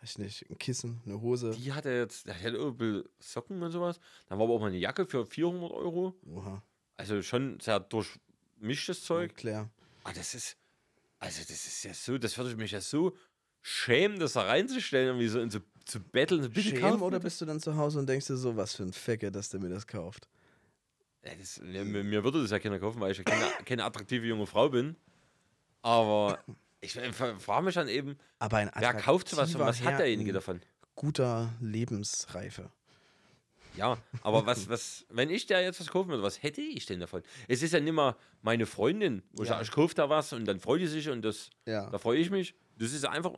S2: weiß ich nicht, ein Kissen, eine Hose.
S1: Die hatte jetzt, die hatte irgendwie Socken und sowas. Dann war aber auch mal eine Jacke für 400 Euro.
S2: Oha,
S1: Also schon sehr
S2: Mhm.
S1: durchmischtes Zeug.
S2: Claire.
S1: Ah, das ist, also das ist ja so, das würde ich mich ja so schämen, das da reinzustellen, irgendwie so in so, zu betteln. So, bitte
S2: Schämen
S1: kauf
S2: oder
S1: mir
S2: bist du dann zu Hause und denkst dir so, was für ein Fecke, dass der mir das kauft?
S1: Ja, das, mir, mir mir würde das ja keiner kaufen, weil ich ja keine, keine attraktive junge Frau bin. Aber ich frage mich dann eben,
S2: Aber ein
S1: wer kauft sowas und was
S2: attraktiver
S1: hat derjenige
S2: Herr in
S1: davon?
S2: Guter Lebensreife.
S1: Ja, aber was, was, wenn ich da jetzt was kaufen würde, was hätte ich denn davon? Es ist ja nicht mal meine Freundin, wo ich
S2: Ja.
S1: sage, ich kaufe da was und dann freut die sich und das,
S2: Ja.
S1: da freue ich mich. Das ist einfach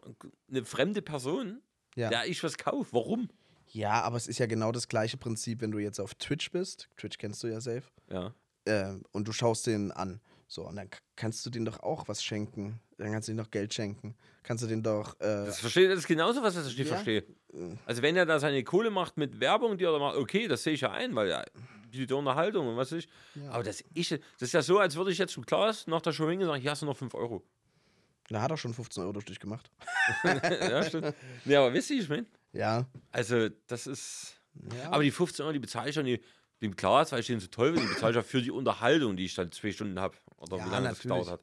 S1: eine fremde Person,
S2: Ja.
S1: der ich was kaufe. Warum?
S2: ja, aber es ist ja genau das gleiche Prinzip, wenn du jetzt auf Twitch bist. Twitch kennst du ja safe.
S1: Ja.
S2: ähm, und du schaust den an. So, und dann k- kannst du denen doch auch was schenken. Dann kannst du denen doch Geld schenken. Kannst du denen doch. Äh,
S1: Das, verstehe, das ist genauso was, was ich nicht
S2: Ja.
S1: verstehe. Also wenn er da seine Kohle macht mit Werbung, die er da macht, okay, das sehe ich ja ein, weil ja, die Unterhaltung und was weiß ich. Aber das, ich, das ist ja so, als würde ich jetzt zu Klaus nach der Schwinge sagen, hier hast du noch 5 Euro.
S2: da hat er schon 15 Euro durch dich gemacht.
S1: ja, stimmt. Nee, aber wisst ihr, ich meine,
S2: Ja.
S1: also das ist...
S2: ja.
S1: Aber die 15 Euro, die bezahle ich schon die, dem Glas, weil ich den so toll finde, die bezahle ich ja für die Unterhaltung, die ich dann zwei Stunden habe. Oder
S2: Ja,
S1: wie lange das
S2: natürlich.
S1: gedauert hat.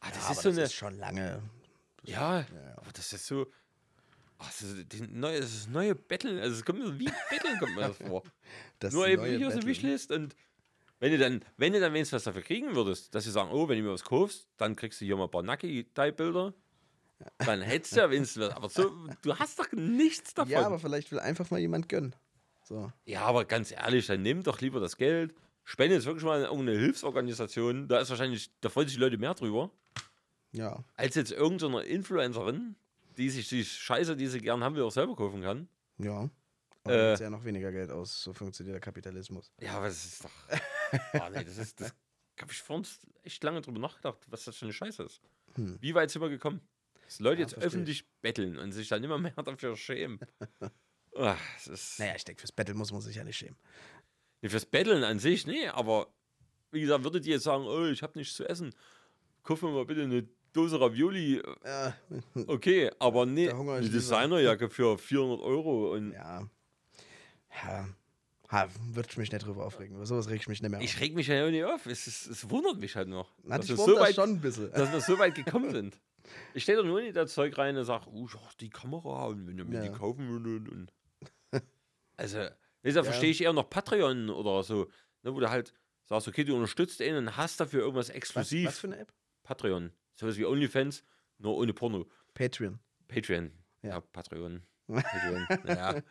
S1: Ah, das
S2: ja,
S1: ist so
S2: aber das
S1: eine.
S2: ist schon lange.
S1: ja, aber das ist so. ach, das ist die neue, das ist neue Betteln. Also es kommt mir so wie Betteln kommt mir das vor.
S2: Das
S1: Nur eben
S2: neue
S1: nicht aus der
S2: Battle.
S1: Wishlist und wenn du dann, wenn du dann wenigstens was dafür kriegen würdest, dass sie sagen, oh, wenn du mir was kaufst, dann kriegst du hier mal ein paar Nacki-Teilbilder. Dann hättest du ja wenigstens was. Aber so, du hast doch nichts davon.
S2: Ja, aber vielleicht will einfach mal jemand gönnen. So.
S1: Ja, aber ganz ehrlich, dann nimm doch lieber das Geld. Spende es wirklich mal an irgendeine Hilfsorganisation. Da ist wahrscheinlich, da freuen sich die Leute mehr drüber,
S2: Ja.
S1: als jetzt irgendeiner Influencerin, die sich die Scheiße, die sie gern haben will, auch selber kaufen kann.
S2: Ja.
S1: Äh.
S2: Aber äh, ja noch weniger Geld aus. So funktioniert der Kapitalismus.
S1: Ja, aber das ist doch. Ah, nee, das ist. Das habe ich vorhin echt lange drüber nachgedacht, was das für eine Scheiße ist.
S2: Hm.
S1: Wie weit sind wir gekommen? Dass Leute
S2: Ja,
S1: jetzt
S2: versteh ich.
S1: öffentlich betteln und sich dann immer mehr dafür schämen. Ah, es ist,
S2: Naja, ich denke, fürs Battle muss man sich ja nicht schämen.
S1: Nee, fürs Betteln an sich, nee, aber wie gesagt, würdet ihr jetzt sagen, oh, ich habe nichts zu essen, kauf mir mal bitte eine Dose Ravioli.
S2: Äh,
S1: Okay, aber nee,
S2: Der Hunger ist
S1: eine
S2: lieber.
S1: Designerjacke für 400 Euro und
S2: ja. Ja. Ha, würde ich mich nicht drüber aufregen. Über sowas reg ich mich nicht mehr auf.
S1: ich reg mich ja nicht auf. Es, ist, es wundert mich halt noch,
S2: Na,
S1: dass,
S2: dich
S1: wir
S2: wurmt
S1: so
S2: das
S1: weit,
S2: schon ein bisschen.
S1: dass wir so weit gekommen sind. Ich stelle doch nur in das Zeug rein und sage, oh, ja, die Kamera und wenn ihr mir
S2: Ja.
S1: die kaufen würdet. Und also, wie gesagt,
S2: Ja.
S1: verstehe ich eher noch Patreon oder so, ne, wo du halt sagst, okay, du unterstützt ihn und hast dafür irgendwas
S2: Was,
S1: exklusiv.
S2: was für eine App?
S1: Patreon. Sowas wie OnlyFans, nur ohne Porno.
S2: Patreon.
S1: Patreon. Ja,
S2: Ja.
S1: Patreon. Patreon. ja.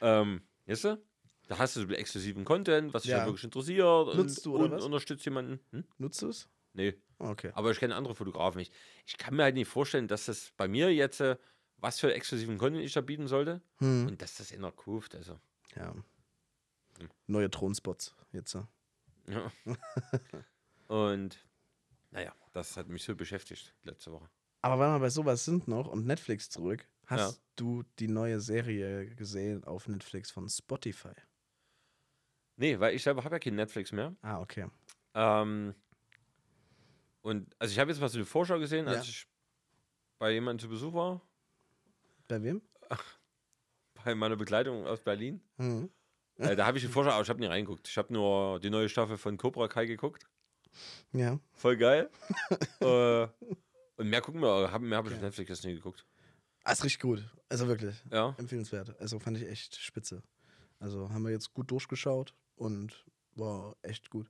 S1: Ähm, weißt du? Da hast du so exklusiven Content, was dich
S2: Ja.
S1: halt wirklich interessiert. und-
S2: Nutzt du oder
S1: und
S2: was?
S1: unterstützt jemanden. Hm?
S2: Nutzt du es?
S1: Nee.
S2: Okay.
S1: Aber ich kenne andere Fotografen nicht. Ich kann mir halt nicht vorstellen, dass das bei mir jetzt, äh, was für exklusiven Content ich da bieten sollte.
S2: Hm.
S1: Und dass das einer kauft. Also.
S2: Ja. Neue Thronspots jetzt. ja.
S1: Ja. und naja, das hat mich so beschäftigt letzte Woche.
S2: Aber weil wir bei sowas sind noch und Netflix zurück, hast
S1: Ja.
S2: du die neue Serie gesehen auf Netflix von Spotify?
S1: Nee, weil ich selber habe ja kein Netflix mehr.
S2: Ah, okay.
S1: Ähm, und also ich habe jetzt mal so eine Vorschau gesehen, als
S2: Ja.
S1: ich bei jemandem zu Besuch war,
S2: Bei wem?
S1: bei meiner Begleitung aus Berlin.
S2: Hm.
S1: Äh, da habe ich eine Vorschau, aber ich habe nie reingeguckt. Ich habe nur die neue Staffel von Cobra Kai geguckt.
S2: Ja.
S1: Voll geil. äh, und mehr gucken wir, haben mehr habe ich auf Netflix jetzt nie geguckt.
S2: Ah, ist richtig gut. Also wirklich.
S1: Ja.
S2: Empfehlenswert. Also fand ich echt spitze. Also haben wir jetzt gut durchgeschaut und war echt gut.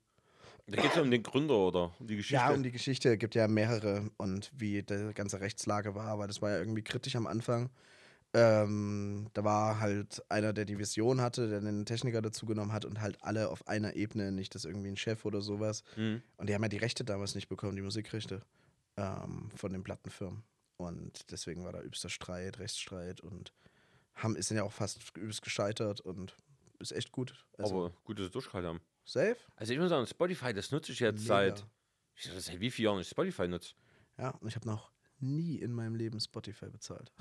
S1: Da geht es um den Gründer oder um die Geschichte.
S2: Ja, um die Geschichte gibt ja mehrere und wie die ganze Rechtslage war, aber das war ja irgendwie kritisch am Anfang. Ähm, da war halt einer, der die Vision hatte, der einen Techniker dazu genommen hat und halt alle auf einer Ebene, nicht dass irgendwie ein Chef oder sowas.
S1: Mhm.
S2: Und die haben ja die Rechte damals nicht bekommen, die Musikrechte ähm, von den Plattenfirmen. Und deswegen war da übster Streit, Rechtsstreit und haben ist dann ja auch fast übelst gescheitert und ist echt gut. Also,
S1: aber gut, dass sie durchgehalten haben.
S2: safe?
S1: Also ich muss sagen, Spotify, das nutze ich jetzt
S2: Mega.
S1: seit, ich weiß, seit wie vielen Jahren ich Spotify nutze.
S2: Ja, und ich habe noch nie in meinem Leben Spotify bezahlt.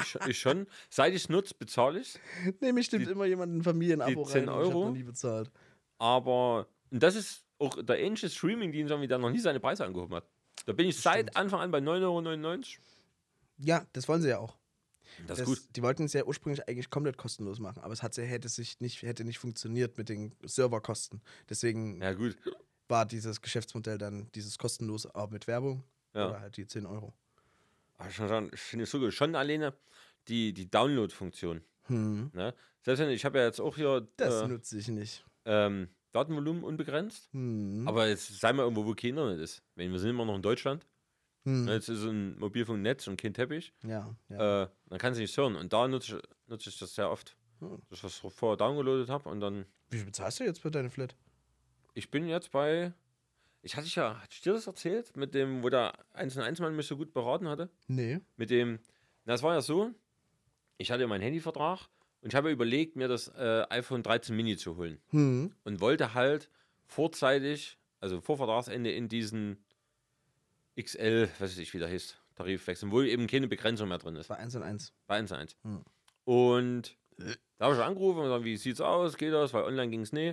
S1: Ich, ich schon, seit ich es nutze, bezahle ich es.
S2: Nee, mich stimmt
S1: Die-
S2: immer jemand ein Familienabo
S1: die 10
S2: rein. und Ich
S1: Euro?
S2: hab noch nie bezahlt.
S1: Aber und das ist auch der ähnliche Streaming-Dienst, der noch nie seine Preise angehoben hat. Da bin ich seit Anfang an bei 9,99 Euro.
S2: Ja, das wollen sie ja auch.
S1: Das
S2: Das-
S1: ist gut.
S2: Die wollten es ja ursprünglich eigentlich komplett kostenlos machen, aber es hat, hätte sich nicht, hätte nicht funktioniert mit den Serverkosten. Deswegen
S1: Ja, gut.
S2: war dieses Geschäftsmodell dann dieses kostenlos, aber mit Werbung oder
S1: Ja.
S2: halt die 10 Euro.
S1: Aber schon, schon, ich finde es so gut. Schon alleine die, die Download-Funktion.
S2: Hm.
S1: Ne? Selbst wenn ich habe ja jetzt auch hier
S2: Das
S1: äh,
S2: nutze ich nicht.
S1: ähm, Datenvolumen unbegrenzt.
S2: Hm.
S1: Aber jetzt sei mal irgendwo, wo kein Internet ist. Wenn wir sind immer noch in Deutschland.
S2: Hm.
S1: Ne? Jetzt ist ein Mobilfunknetz und kein Teppich.
S2: Ja, ja.
S1: Äh, dann kannst du nicht hören. Und da nutze ich, nutze ich das sehr oft. Hm. Das, was ich vorher downgeloadet habe und dann.
S2: Wie viel bezahlst du jetzt für deine Flat?
S1: Ich bin jetzt bei. Ich hatte ich ja, hatte ich dir das erzählt, mit dem, wo der 1 und 1 Mann mich so gut beraten hatte?
S2: Nee.
S1: Mit dem, na, es war ja so, ich hatte meinen Handyvertrag und ich habe überlegt, mir das äh, iPhone 13 Mini zu holen.
S2: Hm.
S1: Und wollte halt vorzeitig, also vor Vertragsende, in diesen XL, weiß ich, wie der hieß, Tarif wechseln, wo eben keine Begrenzung mehr drin ist.
S2: Bei 1 und 1.
S1: Bei 1 und 1.
S2: Hm.
S1: Und da habe ich angerufen und gesagt, wie sieht's aus, geht das, weil online ging es nie.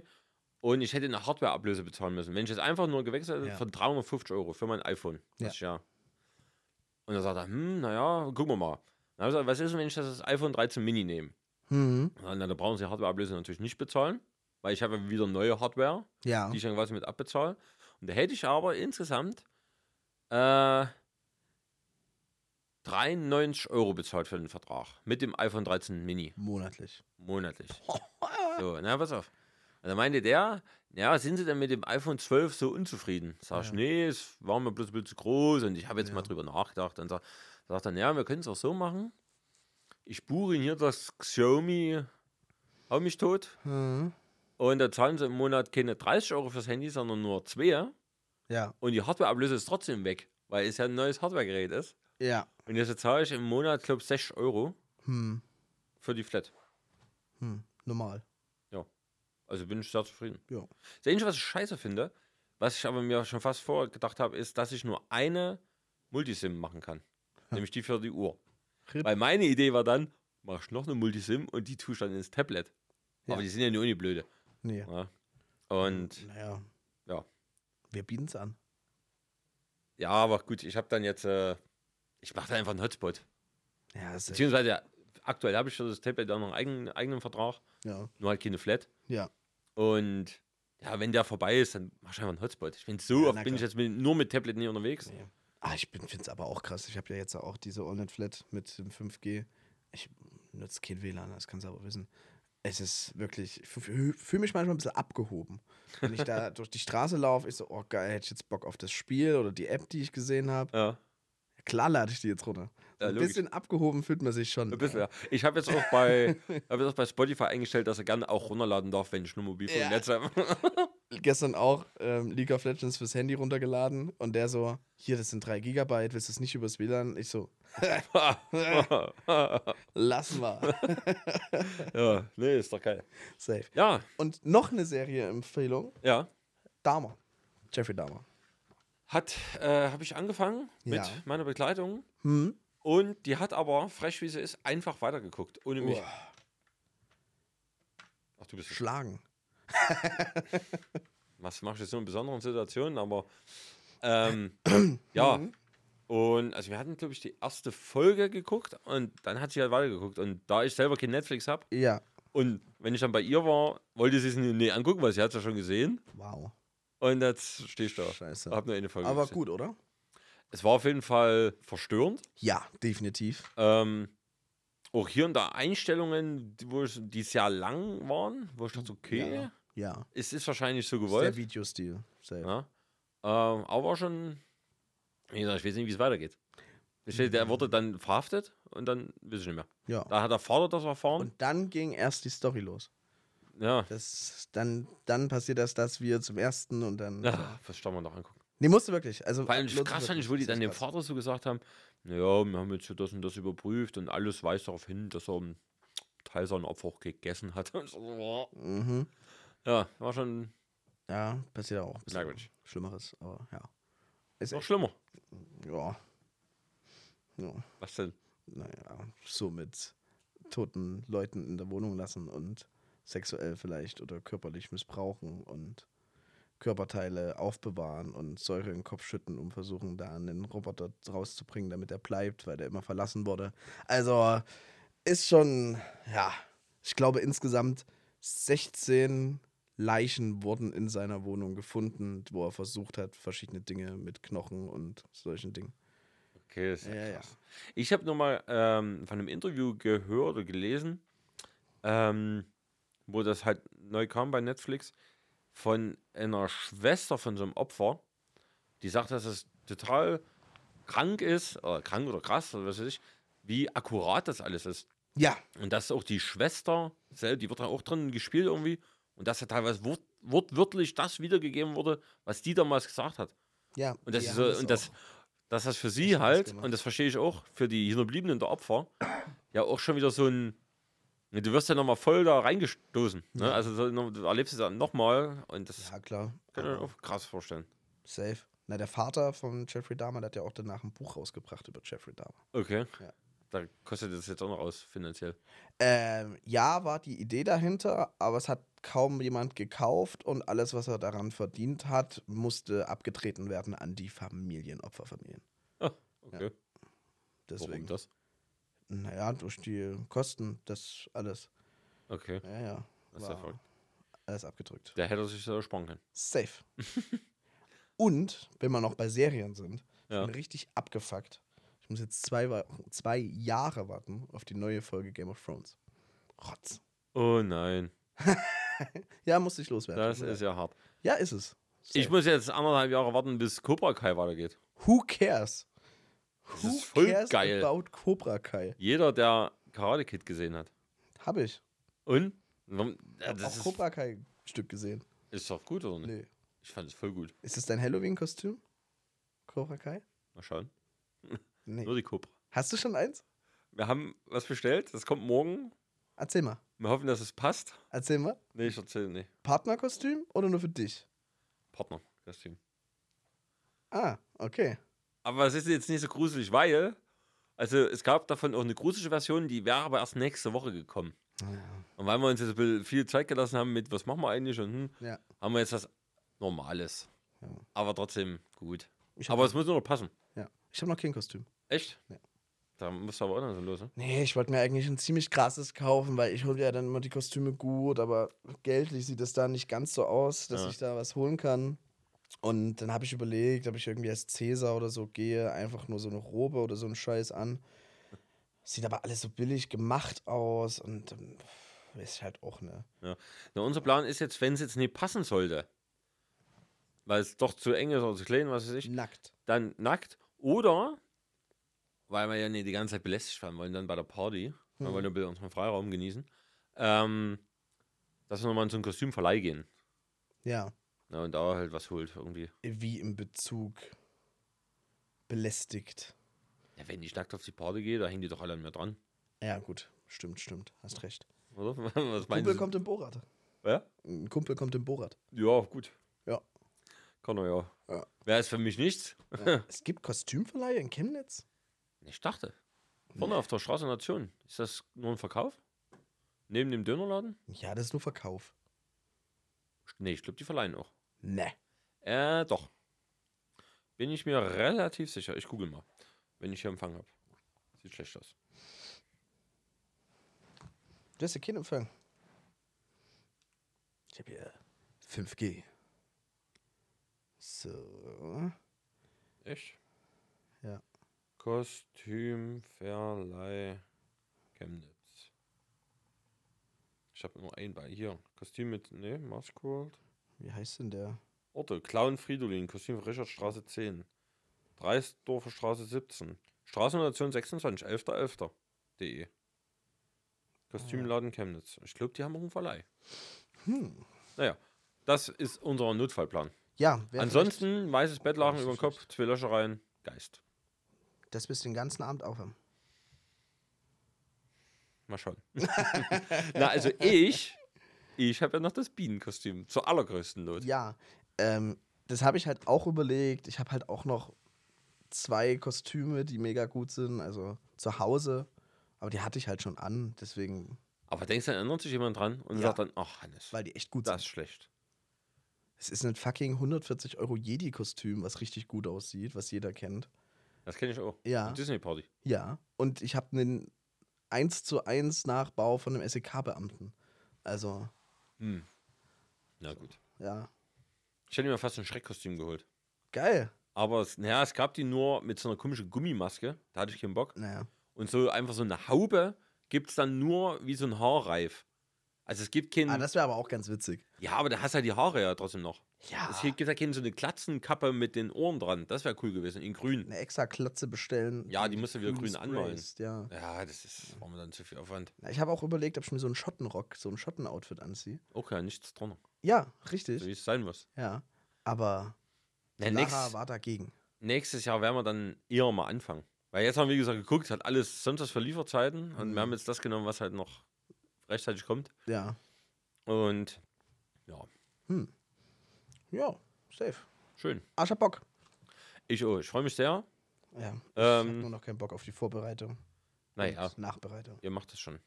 S1: Und ich hätte eine Hardwareablöse bezahlen müssen. Wenn ich jetzt einfach nur gewechselt hätte,
S2: Ja.
S1: von 350 Euro für mein iPhone.
S2: Ja.
S1: Das ist ja. Und dann sagt er, hm, naja, gucken wir mal. Dann habe ich gesagt, was ist denn, wenn ich das iPhone 13 Mini nehme?
S2: Hm.
S1: Und dann, dann brauchen sie die Hardwareablöse natürlich nicht bezahlen, weil ich habe ja wieder neue Hardware,
S2: Ja.
S1: die ich dann quasi mit abbezahle. Und da hätte ich aber insgesamt äh, 93 Euro bezahlt für den Vertrag mit dem iPhone 13 Mini
S2: Monatlich.
S1: monatlich. So, na, pass auf. Und dann meinte der, ja, sind Sie denn mit dem iPhone 12 so unzufrieden? Sag ich,
S2: Ja.
S1: nee, es war mir bloß ein bisschen zu groß und ich habe jetzt
S2: Ja.
S1: mal drüber nachgedacht. Dann sag, sagt er, ja, wir können es auch so machen. Ich buche Ihnen hier das Xiaomi, hau mich tot.
S2: Hm.
S1: Und da zahlen Sie im Monat keine 30 Euro fürs Handy, sondern nur 2.
S2: Ja.
S1: Und die Hardwareablöse ist trotzdem weg, weil es ja ein neues Hardwaregerät ist.
S2: Ja.
S1: Und jetzt zahle ich im Monat, glaube ich, 6 Euro
S2: Hm.
S1: für die Flat.
S2: Hm. Normal.
S1: Also bin ich sehr zufrieden.
S2: Ja.
S1: Das Einzige, was ich scheiße finde, was ich aber mir schon fast vorher gedacht habe, ist, dass ich nur eine Multisim machen kann. Nämlich die für die Uhr.
S2: Rip.
S1: Weil meine Idee war dann, mach ich noch eine Multisim und die tue ich dann ins Tablet. Aber
S2: Ja.
S1: die sind ja nur die blöde.
S2: Nee.
S1: Ja. Und
S2: Naja.
S1: Ja.
S2: Wir bieten es an.
S1: ja, aber gut, ich habe dann jetzt, äh, ich mache da einfach einen Hotspot.
S2: Ja, ist echt-
S1: Beziehungsweise ja, aktuell habe ich für das Tablet auch noch einen eigenen, eigenen Vertrag,
S2: ja.
S1: nur halt keine Flat.
S2: Ja.
S1: Und ja, wenn der vorbei ist, dann mach ich einfach einen Hotspot. Ich bin so
S2: Ja, na
S1: oft bin ich
S2: klar.
S1: jetzt mit, nur mit Tablet nie unterwegs.
S2: Ah, ich finde es aber auch krass. Ich habe ja jetzt auch diese All-Net-Flat mit dem 5G. Ich nutze kein WLAN, das kannst du aber wissen. Es ist wirklich, ich fühle mich manchmal ein bisschen abgehoben. Wenn ich da durch die Straße laufe, ich so, oh geil, hätte ich jetzt Bock auf das Spiel oder die App, die ich gesehen habe.
S1: Ja.
S2: Klar lade ich die jetzt runter. So
S1: Ja,
S2: ein
S1: logisch.
S2: bisschen abgehoben fühlt man sich schon.
S1: Ein bisschen, ja. Ich habe jetzt auch bei, hab jetzt auch bei Spotify eingestellt, dass er gerne auch runterladen darf, wenn ich nur Mobilfunknetz habe.
S2: Gestern auch ähm, League of Legends fürs Handy runtergeladen und der so, hier, das sind 3 Gigabyte, willst du es nicht übers WLAN? Ich so, lassen wir.
S1: ja, nee, ist doch geil.
S2: Safe.
S1: Ja,
S2: Und noch eine Serie-Empfehlung.
S1: ja.
S2: Dahmer. Jeffrey Dahmer.
S1: Hat, äh, habe ich angefangen mit
S2: Ja.
S1: meiner Begleitung
S2: Hm?
S1: und die hat aber, frech wie sie ist, einfach weitergeguckt, ohne mich.
S2: Uah,
S1: Ach, du bist
S2: Schlagen.
S1: was mache ich jetzt nur in besonderen Situationen, aber ähm, ja.
S2: Mhm.
S1: Und also wir hatten, glaube ich, die erste Folge geguckt und dann hat sie halt weitergeguckt. Und da ich selber kein Netflix habe,
S2: Ja.
S1: Und wenn ich dann bei ihr war, wollte sie es nie, nee, angucken, weil sie hat es ja schon gesehen.
S2: Wow.
S1: Und jetzt stehe ich da.
S2: Scheiße.
S1: Hab nur eine Folge
S2: Aber
S1: gesehen.
S2: gut, oder?
S1: Es war auf jeden Fall verstörend.
S2: Ja, definitiv.
S1: Ähm, auch hier und da Einstellungen, die- wo ich, die sehr lang waren, wo ich dachte, okay,
S2: Ja. Ja.
S1: es ist wahrscheinlich so
S2: Ist der
S1: gewollt.
S2: Videostil. Safe.
S1: Ja. Ähm, aber schon, wie gesagt, ich weiß nicht, wie es weitergeht. Ich weiß, der wurde dann verhaftet und dann weiß ich nicht mehr.
S2: Ja.
S1: Da hat der Vater das erfahren.
S2: Und dann ging erst die Story los.
S1: ja.
S2: Das, dann, dann passiert das, dass wir zum ersten und dann.
S1: ja, was soll man noch angucken?
S2: Nee, musst du wirklich. Also,
S1: Vor allem
S2: lohnt sich
S1: krass fand ich,
S2: wirklich.
S1: wo die
S2: Das
S1: dann
S2: ist
S1: dem
S2: krass.
S1: Vater so gesagt haben, naja, wir haben jetzt hier das und das überprüft und alles weist darauf hin, dass er einen Teil seiner Opfer auch gegessen hat. Und so, boah.
S2: Mhm.
S1: Ja, war schon
S2: Ja, passiert auch ein bisschen
S1: Merkwürdig.
S2: Schlimmeres, aber ja. Ist
S1: noch
S2: echt,
S1: schlimmer.
S2: ja. Ja,
S1: Was denn?
S2: naja, so mit toten Leuten in der Wohnung lassen und sexuell vielleicht oder körperlich missbrauchen und Körperteile aufbewahren und Säure in den Kopf schütten, um versuchen, da einen Roboter rauszubringen, damit er bleibt, weil der immer verlassen wurde. Also ist schon, ja, ich glaube insgesamt 16 Leichen wurden in seiner Wohnung gefunden, wo er versucht hat, verschiedene Dinge mit Knochen und solchen Dingen.
S1: Okay, ist ja,
S2: Ja, ja.
S1: krass. Ich habe nochmal ähm, von einem Interview gehört oder gelesen, ähm, wo das halt neu kam bei Netflix, von einer Schwester von so einem Opfer, die sagt, dass es total krank ist, oder krank oder krass, oder was weiß ich, wie akkurat das alles ist.
S2: Ja,
S1: Und das ist auch die Schwester, sel- die wird da auch drin gespielt irgendwie. Und dass ja teilweise wort, wortwörtlich das wiedergegeben wurde, was die damals gesagt hat.
S2: ja.
S1: Und das
S2: die
S1: ist
S2: haben
S1: so, und das,
S2: auch.
S1: dass das für
S2: Ich
S1: sie
S2: hab das
S1: halt,
S2: gemacht.
S1: und das verstehe ich auch, für die Hinterbliebenen der Opfer, ja auch schon wieder so ein. ne, Du wirst ja nochmal voll da reingestoßen. Ne?
S2: Ja.
S1: Also so, no- du erlebst es dann nochmal und das
S2: Ja, klar.
S1: kann ich mir
S2: Aber
S1: auch krass vorstellen.
S2: Safe. Na, der Vater von Jeffrey Dahmer, der hat ja auch danach ein Buch rausgebracht über Jeffrey Dahmer.
S1: Okay.
S2: Ja.
S1: Da kostet das jetzt auch noch aus, finanziell.
S2: Ähm, ja, war die Idee dahinter, aber es hat kaum jemand gekauft und alles, was er daran verdient hat, musste abgetreten werden an die Familien, Opferfamilien.
S1: Okay. Warum
S2: Deswegen,
S1: das?
S2: naja, durch die Kosten, das alles.
S1: Okay.
S2: Ja, ja.
S1: Das ist ja
S2: war
S1: verrückt.
S2: alles abgedrückt.
S1: Der hätte sich das ersparen können.
S2: Safe. und, wenn wir noch bei Serien sind, ich
S1: Ja.
S2: bin richtig abgefuckt. Ich muss jetzt zwei, Wa- zwei Jahre warten auf die neue Folge Game of Thrones. Rotz.
S1: Oh nein.
S2: Ja, musste ich loswerden.
S1: Das
S2: Tut mir
S1: ist
S2: leid.
S1: ja hart.
S2: ja, ist es.
S1: Ich
S2: Safe.
S1: muss jetzt anderthalb Jahre warten, bis Cobra Kai weitergeht.
S2: Who cares?
S1: Das
S2: Who
S1: ist voll
S2: cares
S1: geil.
S2: about Cobra Kai?
S1: Jeder, der Karate Kid gesehen hat.
S2: Hab ich.
S1: Und? Warum- Ja,
S2: Hab auch
S1: Das ist, Hm.
S2: Cobra Kai Stück gesehen.
S1: ist doch gut, oder nicht?
S2: Nee.
S1: Ich fand es voll gut.
S2: Ist es dein Halloween-Kostüm? Cobra Kai?
S1: Mal schauen.
S2: Nee.
S1: Nur die Cobra.
S2: Hast du schon eins?
S1: Wir haben was bestellt, das kommt morgen.
S2: Erzähl mal.
S1: Wir hoffen, dass es passt.
S2: Erzähl mal.
S1: Nee, ich erzähle nicht.
S2: Partnerkostüm oder nur für dich?
S1: Partner, das Team.
S2: Ah, okay.
S1: Aber es ist jetzt nicht so gruselig, weil. Also, es gab davon auch eine gruselige Version, die wäre aber erst nächste Woche gekommen. Und weil wir uns jetzt ein bisschen viel Zeit gelassen haben mit, was machen wir eigentlich und hm,
S2: Ja.
S1: haben wir jetzt was Normales.
S2: Ja.
S1: Aber trotzdem gut.
S2: Ich hab-
S1: Aber es muss nur noch passen.
S2: Ja. Ich habe noch kein Kostüm.
S1: Echt?
S2: Ja.
S1: Da musst du aber auch noch so los. Ne?
S2: Nee, ich wollte mir eigentlich ein ziemlich krasses kaufen, weil ich hole ja dann immer die Kostüme gut, aber geldlich sieht es da nicht ganz so aus, dass
S1: Ja.
S2: ich da was holen kann. Und dann habe ich überlegt, ob ich irgendwie als Cäsar oder so gehe, einfach nur so eine Robe oder so einen Scheiß an. Sieht aber alles so billig gemacht aus und ähm, weiß ich halt auch, ne?
S1: Na, unser Plan ist jetzt, wenn es jetzt nicht passen sollte, weil es doch zu eng ist oder zu klein, was weiß ich,
S2: Nackt.
S1: dann nackt oder weil wir ja nicht die ganze Zeit belästigt werden wollen, dann bei der Party, weil
S2: Mhm.
S1: wir wollen ja ein bisschen unseren Freiraum genießen, ähm, dass wir nochmal in so einen Kostümverleih gehen
S2: Ja.
S1: ne, und da halt was holt irgendwie.
S2: Wie im Bezug belästigt.
S1: Ja, wenn ich nackt auf die Party gehe, da hängen die doch alle an mir dran,
S2: Ja, gut. Stimmt, stimmt. Hast recht.
S1: oder? Was meinst
S2: Kumpel
S1: du?
S2: kommt im Borat.
S1: Ja?
S2: Ein Kumpel kommt im Borat.
S1: ja, gut.
S2: Ja.
S1: Kann er ja.
S2: Ja.
S1: Wäre es für mich nichts?
S2: Ja. es gibt Kostümverleihe in Chemnitz?
S1: Ich dachte. Vorne auf der Straße Nation. Ist das nur ein Verkauf? Neben dem Dönerladen?
S2: Ja, das ist nur Verkauf.
S1: Nee, ich glaube, die verleihen auch.
S2: Ne.
S1: Äh, doch. Bin ich mir relativ sicher. Ich google mal, wenn ich hier Empfang habe. Sieht schlecht aus.
S2: Du hast ja keinen Empfang. Ich habe hier 5G. So.
S1: Echt?
S2: Ja.
S1: Kostümverleih Chemnitz. Ich habe nur einen bei. Hier. Kostüm mit. Ne, Maskold.
S2: Wie heißt denn der?
S1: Orte: Clown Fridolin, Kostüm Richardstraße 10, Dreisdorfer Straße 17, Straßennation 26, 11.11.de.
S2: Ah,
S1: Kostümladen Chemnitz. Ich glaube, die haben auch einen Verleih.
S2: Hm.
S1: Naja, das ist unser Notfallplan.
S2: Ja, wer
S1: Ansonsten weißes Bettlaken
S2: nicht so
S1: über den Kopf, zwei Löschereien, Geist.
S2: vielleicht- Das bist du den ganzen Abend aufhaben.
S1: Mal schauen. Na, also ich, ich habe ja noch das Bienenkostüm zur allergrößten Not.
S2: Ja, ähm, das habe ich halt auch überlegt. Ich habe halt auch noch zwei Kostüme, die mega gut sind. Also zu Hause. Aber die hatte ich halt schon an. Deswegen,
S1: Aber denkst du, dann erinnert sich jemand dran und
S2: Ja.
S1: sagt dann, ach Hannes,
S2: weil die echt gut
S1: das ist
S2: sind.
S1: schlecht.
S2: Es ist ein fucking 140 Euro Jedi-Kostüm, was richtig gut aussieht, was jeder kennt.
S1: Das kenne ich auch.
S2: Ja.
S1: Eine Disney-Party.
S2: Ja, und ich habe einen 1 zu 1 Nachbau von einem SEK-Beamten. Also,
S1: Hm. Na gut.
S2: ja,
S1: Ich hätte mir fast ein Schreckkostüm geholt.
S2: geil.
S1: Aber es, naja, es gab die nur mit so einer komischen Gummimaske. Da hatte ich keinen Bock.
S2: Naja,
S1: Und so einfach so eine Haube gibt es dann nur wie so ein Haarreif. Also es gibt keinen.
S2: Ah, das wäre aber auch ganz witzig.
S1: ja, aber da hast du ja die Haare ja trotzdem noch.
S2: Ja.
S1: Es gibt ja keine so eine Glatzenkappe mit den Ohren dran. Das wäre cool gewesen, in grün.
S2: Eine extra Klotze bestellen.
S1: Ja, die musst du wieder
S2: Grün
S1: grün anmalen.
S2: sprayst, Ja.
S1: Ja, das
S2: Mhm.
S1: ist, war mir dann zu viel Aufwand.
S2: Na, Ich habe auch überlegt, ob ich mir so einen Schottenrock, so ein Schottenoutfit anziehe.
S1: Okay, nichts drunter.
S2: Ja,
S1: So
S2: richtig.
S1: wie es sein muss.
S2: Ja. Aber
S1: Na,
S2: Lara
S1: nächstes,
S2: war dagegen.
S1: nächstes Jahr werden wir dann eher mal anfangen. Weil jetzt haben wir, wie gesagt, geguckt, hat alles sonst was für Lieferzeiten. Und
S2: Mhm.
S1: wir haben jetzt das genommen, was halt noch rechtzeitig kommt.
S2: Ja.
S1: Und ja,
S2: Ja, safe.
S1: schön.
S2: Ah, ich hab Bock.
S1: Ich, oh, ich freue mich sehr.
S2: Ja. Ich hab
S1: Ähm,
S2: nur noch keinen Bock auf die Vorbereitung.
S1: naja,
S2: Und Nachbereitung.
S1: ihr macht das schon.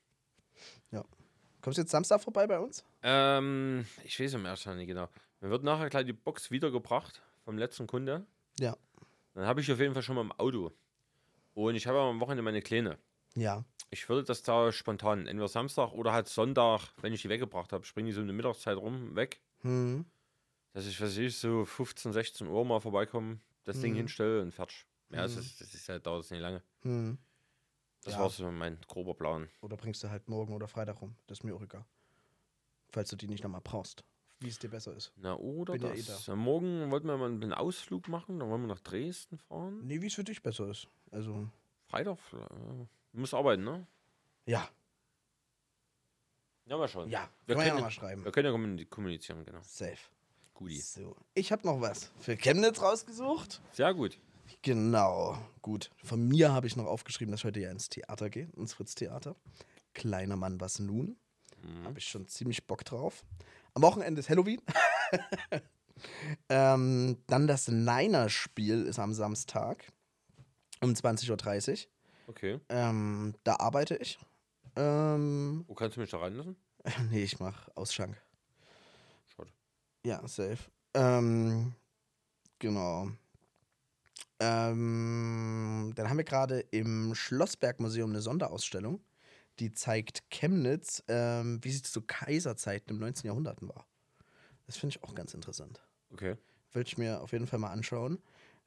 S2: Kommst du jetzt Samstag vorbei bei uns?
S1: Ähm, ich weiß im ersten Fall nicht genau. Mir wird nachher gleich die Box wiedergebracht vom letzten Kunde.
S2: Ja.
S1: Dann habe ich auf jeden Fall schon mal im Auto. Und ich habe ja am Wochenende meine Kleine.
S2: Ja.
S1: Ich würde das da spontan, entweder Samstag oder halt Sonntag, wenn ich die weggebracht habe, springen die so in der Mittagszeit rum, weg.
S2: Hm.
S1: Dass ich, was weiß ich, so 15, 16 Uhr mal vorbeikommen, das Ding
S2: Mhm.
S1: hinstelle und fertig. Ja, das,
S2: Mhm.
S1: ist, das ist halt, dauert es nicht lange.
S2: Hm.
S1: Das
S2: Ja.
S1: war so mein grober Plan.
S2: Oder bringst du halt morgen oder Freitag rum. Das ist mir auch egal. Falls du die nicht nochmal brauchst. Wie es dir besser ist.
S1: Na, oder
S2: Bin ja eh
S1: das. Morgen wollten wir mal einen Ausflug machen, dann wollen wir nach Dresden fahren.
S2: Nee, wie es für dich besser ist. Also,
S1: Freitag, äh, du musst arbeiten, ne?
S2: ja.
S1: Ja, mal schon.
S2: Ja.
S1: Wir
S2: Wir können ja
S1: können-
S2: nochmal schreiben.
S1: Wir können ja kommuni- kommunizieren, genau.
S2: Safe.
S1: Guti.
S2: So. Ich habe noch was für Chemnitz rausgesucht.
S1: Sehr gut.
S2: Genau. Gut. Von mir habe ich noch aufgeschrieben, dass ich heute ja ins Theater gehe, ins Fritz-Theater. Kleiner Mann, was nun?
S1: Mhm.
S2: Habe ich schon ziemlich Bock drauf. Am Wochenende ist Halloween. ähm, dann das Niner-Spiel ist am Samstag um 20.30 Uhr.
S1: Okay.
S2: Ähm, da arbeite ich. Ähm,
S1: Wo kannst du mich da reinlassen?
S2: nee, ich mache Ausschank.
S1: Schade.
S2: Ja, safe. Ähm, genau. Ähm, dann haben wir gerade im Schlossbergmuseum eine Sonderausstellung, die zeigt Chemnitz, ähm, wie sie zu Kaiserzeiten im 19. Jahrhunderten war. Das finde ich auch ganz interessant.
S1: Okay.
S2: Würde ich mir auf jeden Fall mal anschauen.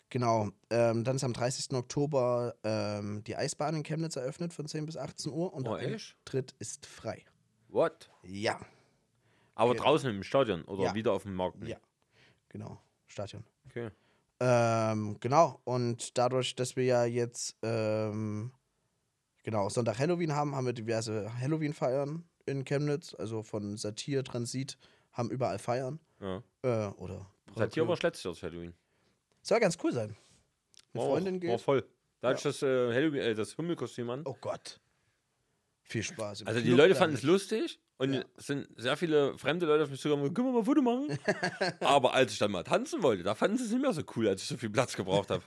S2: Genau, ähm, dann ist am 30. Oktober ähm, die Eisbahn in Chemnitz eröffnet von 10 bis 18 Uhr und
S1: Oh,
S2: der
S1: echt?
S2: Eintritt ist frei.
S1: What?
S2: Ja,
S1: Aber
S2: Okay.
S1: draußen im Stadion oder
S2: Genau. Ja.
S1: wieder auf dem Markt?
S2: ja. Genau, Stadion.
S1: Okay.
S2: Ähm, genau, und dadurch, dass wir ja jetzt ähm, genau Sonntag Halloween haben, haben wir diverse Halloween-Feiern in Chemnitz, also von Satir, Transit, haben überall Feiern.
S1: Ja.
S2: Äh, oder
S1: Seit hier war es letztes Jahr das Halloween.
S2: Soll ganz cool sein. Eine
S1: War auch-
S2: Freundin
S1: War
S2: geht.
S1: voll. Da hatte ich das, äh, Halloween, äh, das Himmelkostüm an.
S2: Oh Gott. Viel Spaß. im
S1: Also die
S2: Club
S1: Leute
S2: dann.
S1: fanden es lustig und
S2: Ja.
S1: es sind sehr viele fremde Leute auf mich zugekommen, können wir mal ein Foto machen? Aber als ich dann mal tanzen wollte, da fanden sie es nicht mehr so cool, als ich so viel Platz gebraucht habe.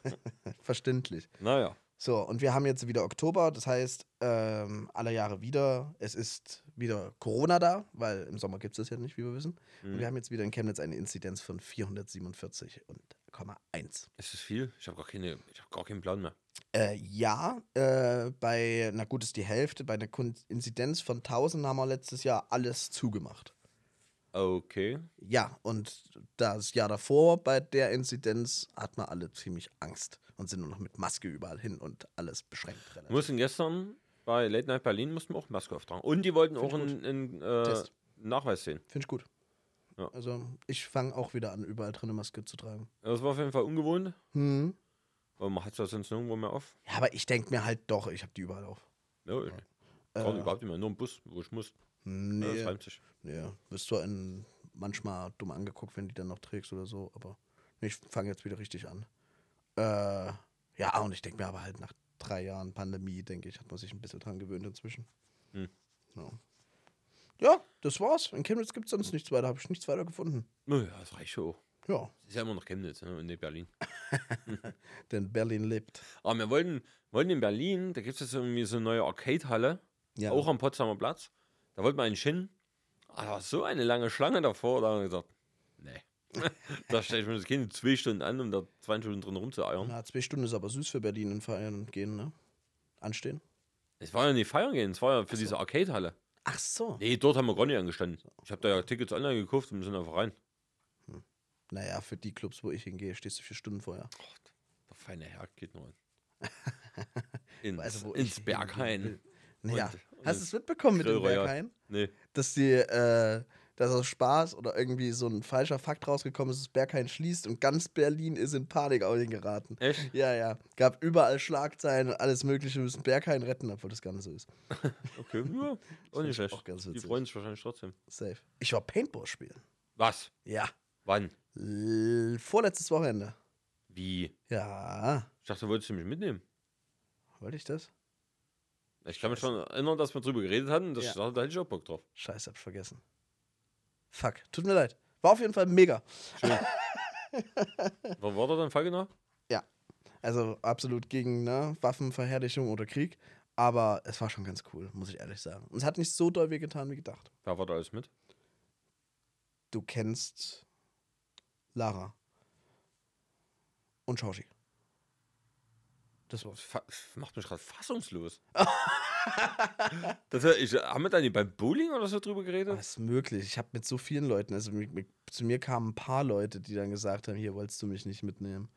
S2: Verständlich.
S1: naja.
S2: So, und wir haben jetzt wieder Oktober, das heißt, ähm, alle Jahre wieder. Es ist wieder Corona da, weil im Sommer gibt es das ja nicht, wie wir wissen.
S1: Mhm. Hm.
S2: Und wir haben jetzt wieder in Chemnitz eine Inzidenz von 447,1.
S1: Es ist viel. Ich habe gar, keine- ich hab gar keinen Plan mehr.
S2: Äh, ja, äh, bei, na gut, ist die Hälfte, bei einer Kun- Inzidenz von 1000 haben wir letztes Jahr alles zugemacht.
S1: Okay.
S2: Ja, und das Jahr davor bei der Inzidenz hatten wir alle ziemlich Angst und sind nur noch mit Maske überall hin und alles beschränkt.
S1: Wir mussten gestern bei Late Night Berlin mussten wir auch Maske auftragen. Und die wollten
S2: Find
S1: auch
S2: ich
S1: einen, einen äh,
S2: Test.
S1: Nachweis sehen.
S2: Finde ich gut.
S1: Ja.
S2: Also, ich fange auch wieder an, überall drin eine Maske zu tragen.
S1: Das war auf jeden Fall ungewohnt,
S2: Hm.
S1: weil man hat es ja sonst nirgendwo mehr auf.
S2: Ja, aber ich denke mir halt doch, ich habe die überall auf. Äh,
S1: Ja, ich brauche überhaupt nicht mehr, nur im Bus, wo ich muss. Ja,
S2: Nee.
S1: das reimt sich.
S2: Ja, wirst du einen manchmal dumm angeguckt, wenn du die dann noch trägst oder so, aber nee, ich fange jetzt wieder richtig an. Äh, ja, und ich denke mir aber halt nach drei Jahren Pandemie, denke ich, hat man sich ein bisschen dran gewöhnt inzwischen.
S1: Hm.
S2: Ja. ja, das war's. In Chemnitz gibt es sonst nichts weiter, habe ich nichts weiter gefunden.
S1: Naja, das reicht ja auch.
S2: Ja,
S1: Das ist ja immer noch Chemnitz ne? und nicht Berlin.
S2: denn Berlin lebt.
S1: Aber wir wollten, wollten in Berlin, da gibt es jetzt irgendwie so eine neue Arcade-Halle,
S2: Ja.
S1: auch am Potsdamer Platz. Da wollten wir einen hin. Ah, da war so eine lange Schlange davor, da haben wir gesagt, nee. da stelle ich mir das Kind zwei Stunden an, um da zwei Stunden drin rumzueiern.
S2: Na, zwei Stunden ist aber süß für Berlin in Feiern und Gehen, ne? Anstehen.
S1: Es war ja nicht feiern gehen, es war ja für diese Arcade-Halle.
S2: Ach so.
S1: Nee, dort haben wir gar nicht angestanden. Ich habe da ja Tickets online gekauft und sind einfach rein.
S2: Naja, für die Clubs, wo ich hingehe, stehst du vier Stunden vorher.
S1: Ach, der feine Herr geht nur in. ins,
S2: Also, wo
S1: ins
S2: ich
S1: Berghain.
S2: hingehen will. Ja.
S1: Und- und
S2: Hast du es mitbekommen mit dem
S1: Grill Royal.
S2: Berghain?
S1: Nee.
S2: Dass die, äh, dass aus Spaß oder irgendwie so ein falscher Fakt rausgekommen ist, dass Berghain schließt und ganz Berlin ist in Panik geraten.
S1: Echt?
S2: Ja, ja. Gab überall Schlagzeilen und alles Mögliche. Wir müssen Berghain retten, obwohl das Ganze ist.
S1: Okay, ja. Auch
S2: fand ich
S1: nicht schlecht.
S2: auch ganz
S1: Die
S2: witzig.
S1: freuen sich wahrscheinlich trotzdem.
S2: Safe. Ich war Paintball spielen.
S1: Was?
S2: Ja.
S1: Wann?
S2: L vorletztes Wochenende.
S1: Wie?
S2: Ja.
S1: Ich dachte, wolltest du mich mitnehmen.
S2: Wollte ich das?
S1: Ich kann mich schon erinnern, dass wir drüber geredet hatten. Dass
S2: Ja.
S1: ich dachte, da hätte ich auch Bock drauf.
S2: Scheiße, hab ich vergessen. Fuck. Tut mir leid. War auf jeden Fall mega.
S1: Wann war da dann Falconer?
S2: Also absolut gegen ne, Waffenverherrlichung oder Krieg. Aber es war schon ganz cool, muss ich ehrlich sagen. Und es hat nicht so doll weh getan, wie gedacht.
S1: Wer war da alles mit?
S2: Du kennst Lara. Und Shoshi. Das war's.
S1: Fa macht mich gerade fassungslos. das, wär- ich, haben wir da nicht beim Bowling oder so drüber geredet?
S2: Was Ah, ist möglich? Ich habe mit so vielen Leuten, also mit, mit, zu mir kamen ein paar Leute, die dann gesagt haben, hier wolltest du mich nicht mitnehmen.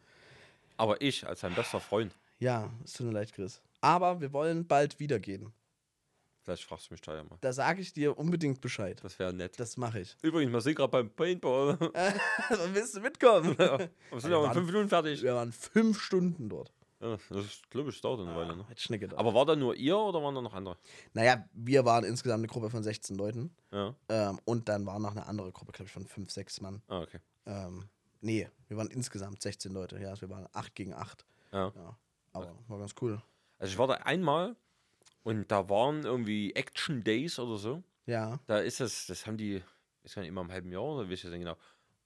S1: Aber ich, als sein bester Freund,
S2: Ja, es tut mir leid, Chris. Aber wir wollen bald wieder gehen.
S1: vielleicht fragst du mich da ja mal.
S2: Da sage ich dir unbedingt Bescheid.
S1: Das wäre nett.
S2: Das mache ich.
S1: Übrigens, wir sind gerade beim Paintball.
S2: Willst du mitkommen?
S1: wir sind aber in fünf Minuten fertig.
S2: Wir waren fünf Stunden dort. Ah,
S1: Ja, das glaube ich, dauert eine Weile. Ne?
S2: Hat Schnicke da.
S1: Aber war da nur ihr oder waren da noch andere?
S2: naja, wir waren insgesamt eine Gruppe von 16 Leuten.
S1: Ja.
S2: Ähm, und dann war noch eine andere Gruppe, glaube ich, von fünf, sechs Mann.
S1: Ah, okay.
S2: Ähm, nee, wir waren insgesamt 16 Leute. Ja, also wir waren acht gegen acht.
S1: Ja.
S2: Ja, aber war ganz cool.
S1: Also ich war da einmal und da waren irgendwie Action Days oder so.
S2: Ja,
S1: Da ist das, das haben die, ist gar nicht immer im halben Jahr oder wie ist das denn genau?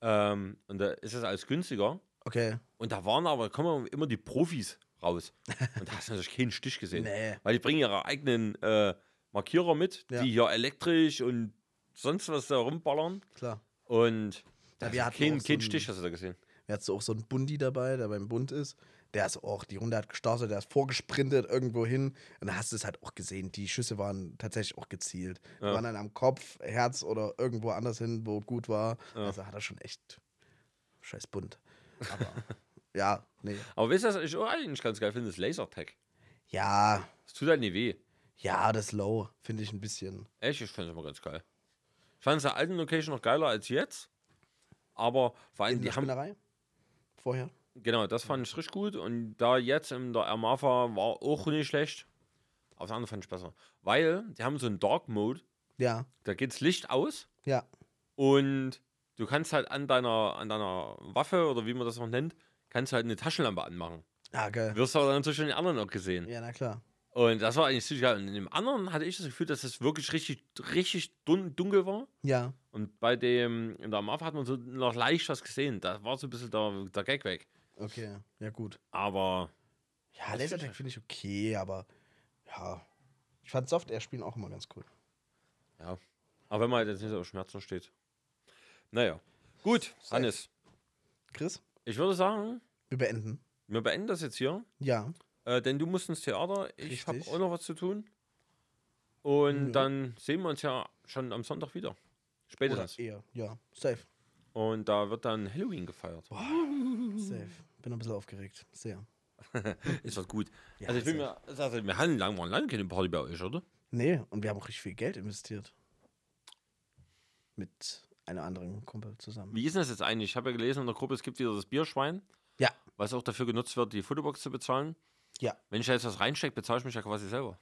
S1: Ähm, und da ist das alles günstiger.
S2: okay.
S1: Und da waren aber, kommen immer die Profis raus. Und da hast du natürlich keinen Stich gesehen.
S2: Nee.
S1: Weil die bringen ihre eigenen äh, Markierer mit,
S2: Ja.
S1: die hier elektrisch und sonst was da rumballern.
S2: Klar.
S1: Und
S2: Ja,
S1: da
S2: wir
S1: ja,
S2: hatten auch
S1: keinen
S2: so
S1: kein
S2: einen-
S1: Stich hast du da gesehen.
S2: Er hat so auch so einen Bundi dabei, der beim Bund ist. Der ist auch, die Runde hat gestartet, der ist vorgesprintet irgendwo hin. Und da hast du es halt auch gesehen. Die Schüsse waren tatsächlich auch gezielt. Die
S1: Ja.
S2: waren dann am Kopf, Herz oder irgendwo anders hin, wo gut war.
S1: Ja.
S2: Also hat er schon echt scheiß Bunt. Aber ja, nee.
S1: Aber weißt du, was ich auch eigentlich ganz geil finde, das Lasertag.
S2: Ja,
S1: Das tut halt nicht weh.
S2: ja, das Low finde ich ein bisschen.
S1: Echt, ich fand es immer ganz geil. Ich fand es in der alten Location noch geiler als jetzt. Aber vor allem,
S2: In
S1: die
S2: der
S1: haben.
S2: Spinnerei? Vorher?
S1: Genau, das fand ich richtig gut. Und da jetzt in der Armava war auch nicht schlecht. Aber das andere fand ich besser. Weil die haben so einen Dark Mode.
S2: Ja,
S1: Da geht das Licht aus
S2: ja,
S1: und du kannst halt an deiner, an deiner Waffe oder wie man das noch nennt, kannst du halt eine Taschenlampe anmachen.
S2: ja, Ah, geil.
S1: Wirst aber dann natürlich schon den anderen noch gesehen.
S2: Ja, na klar.
S1: Und das war eigentlich ziemlich geil. Und in dem anderen hatte ich das Gefühl, dass es wirklich richtig, richtig dun dunkel war.
S2: Ja,
S1: Und bei dem, in der Mafia hat man so noch leicht was gesehen. Da war so ein bisschen der, der Gag weg.
S2: okay. Ja, gut.
S1: Aber
S2: Ja,
S1: Das
S2: Lasertag
S1: find
S2: finde ich okay, aber ja. Ich fand Soft Air spielen auch immer ganz cool.
S1: Ja. Aber wenn man halt jetzt nicht so auf Schmerzen steht. Naja. Gut,
S2: Safe.
S1: Hannes.
S2: Chris,
S1: Ich würde sagen,
S2: wir beenden.
S1: wir beenden das jetzt hier.
S2: Ja,
S1: Äh, denn du musst ins Theater. Ich habe
S2: Richtig.
S1: auch noch was zu tun. Und
S2: Ja.
S1: dann sehen wir uns ja schon am Sonntag wieder.
S2: oder eh.
S1: Spätestens.
S2: eher. Ja, safe.
S1: Und da wird dann Halloween gefeiert. Mhm.
S2: Safe. Bin ein bisschen aufgeregt. Sehr.
S1: Ist doch gut.
S2: Ja,
S1: also ich will
S2: safe.
S1: mir, also wir hatten lang, waren lange keine Party bei euch, oder?
S2: Nee, und wir haben auch richtig viel Geld investiert. Mit einem anderen Kumpel zusammen.
S1: Wie ist denn das jetzt eigentlich? Ich habe ja gelesen in der Gruppe, es gibt wieder das Bierschwein,
S2: Ja,
S1: was auch dafür genutzt wird, die Fotobox zu bezahlen.
S2: ja.
S1: Wenn ich da jetzt was reinstecke, bezahle ich mich ja quasi selber.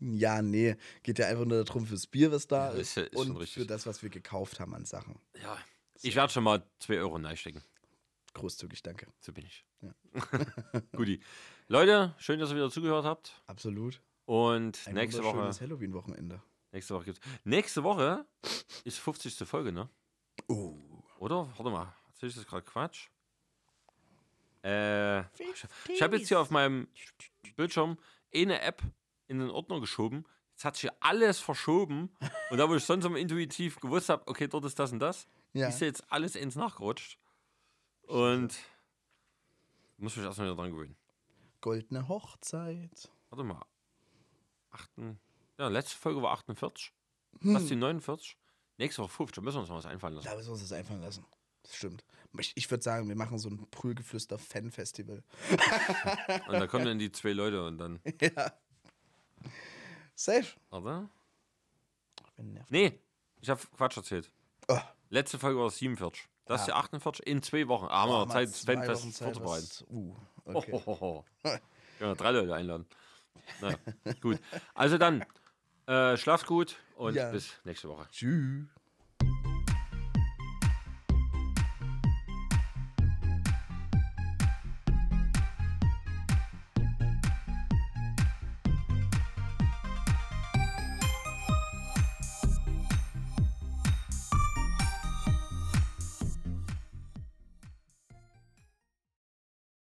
S2: Ja, nee. Geht ja einfach nur darum fürs Bier, was da
S1: Ja,
S2: ist.
S1: ist ja- ist schon
S2: und
S1: richtig.
S2: für das, was wir gekauft haben an Sachen.
S1: Ja. Ich werde schon mal 2 Euro reinstecken.
S2: Großzügig, danke.
S1: So bin ich.
S2: Ja.
S1: Guti. Leute, schön, dass ihr wieder zugehört habt.
S2: Absolut.
S1: Und
S2: Ein
S1: nächste Woche,
S2: wunderschönes Halloween-Wochenende.
S1: nächste Woche gibt's. Nächste Woche ist 50. Folge, ne?
S2: Oh.
S1: Oder? Warte mal. Erzähl ich das gerade Quatsch? Äh, ich ich habe jetzt hier auf meinem Bildschirm eine App in den Ordner geschoben. Jetzt hat sich hier alles verschoben. Und da, wo ich sonst immer intuitiv gewusst habe, okay, dort ist das und das,
S2: Ja.
S1: ist ja jetzt alles ins Nachgerutscht. Und muss mich erstmal wieder dran gewöhnen.
S2: Goldene Hochzeit.
S1: Warte mal. Achten, ja, letzte Folge war 48. Was die 49? Nächste Woche 50. Da müssen wir uns noch was einfallen lassen.
S2: Da müssen wir uns das einfallen lassen. Das stimmt. Ich, ich würde sagen, wir machen so ein Prügelflüster-Fan-Festival.
S1: Und da kommen dann die zwei Leute und dann.
S2: ja. Safe.
S1: Oder?
S2: Ich bin nervt.
S1: Nee, ich habe Quatsch erzählt.
S2: Oh,
S1: Letzte Folge war 47. Das ist die 48 in zwei Wochen. Ah, haben wir
S2: haben
S1: noch
S2: wir
S1: Zeit,
S2: Oh, zwei
S1: Fanfest
S2: Wochen Zeit,
S1: vorzubereiten.
S2: was- Uh,
S1: Oh,
S2: okay.
S1: ho, ho, ho. Können wir drei Leute einladen. Naja, gut. Also dann, äh, schlaft gut und
S2: Ja.
S1: bis nächste Woche.
S2: Tschüss.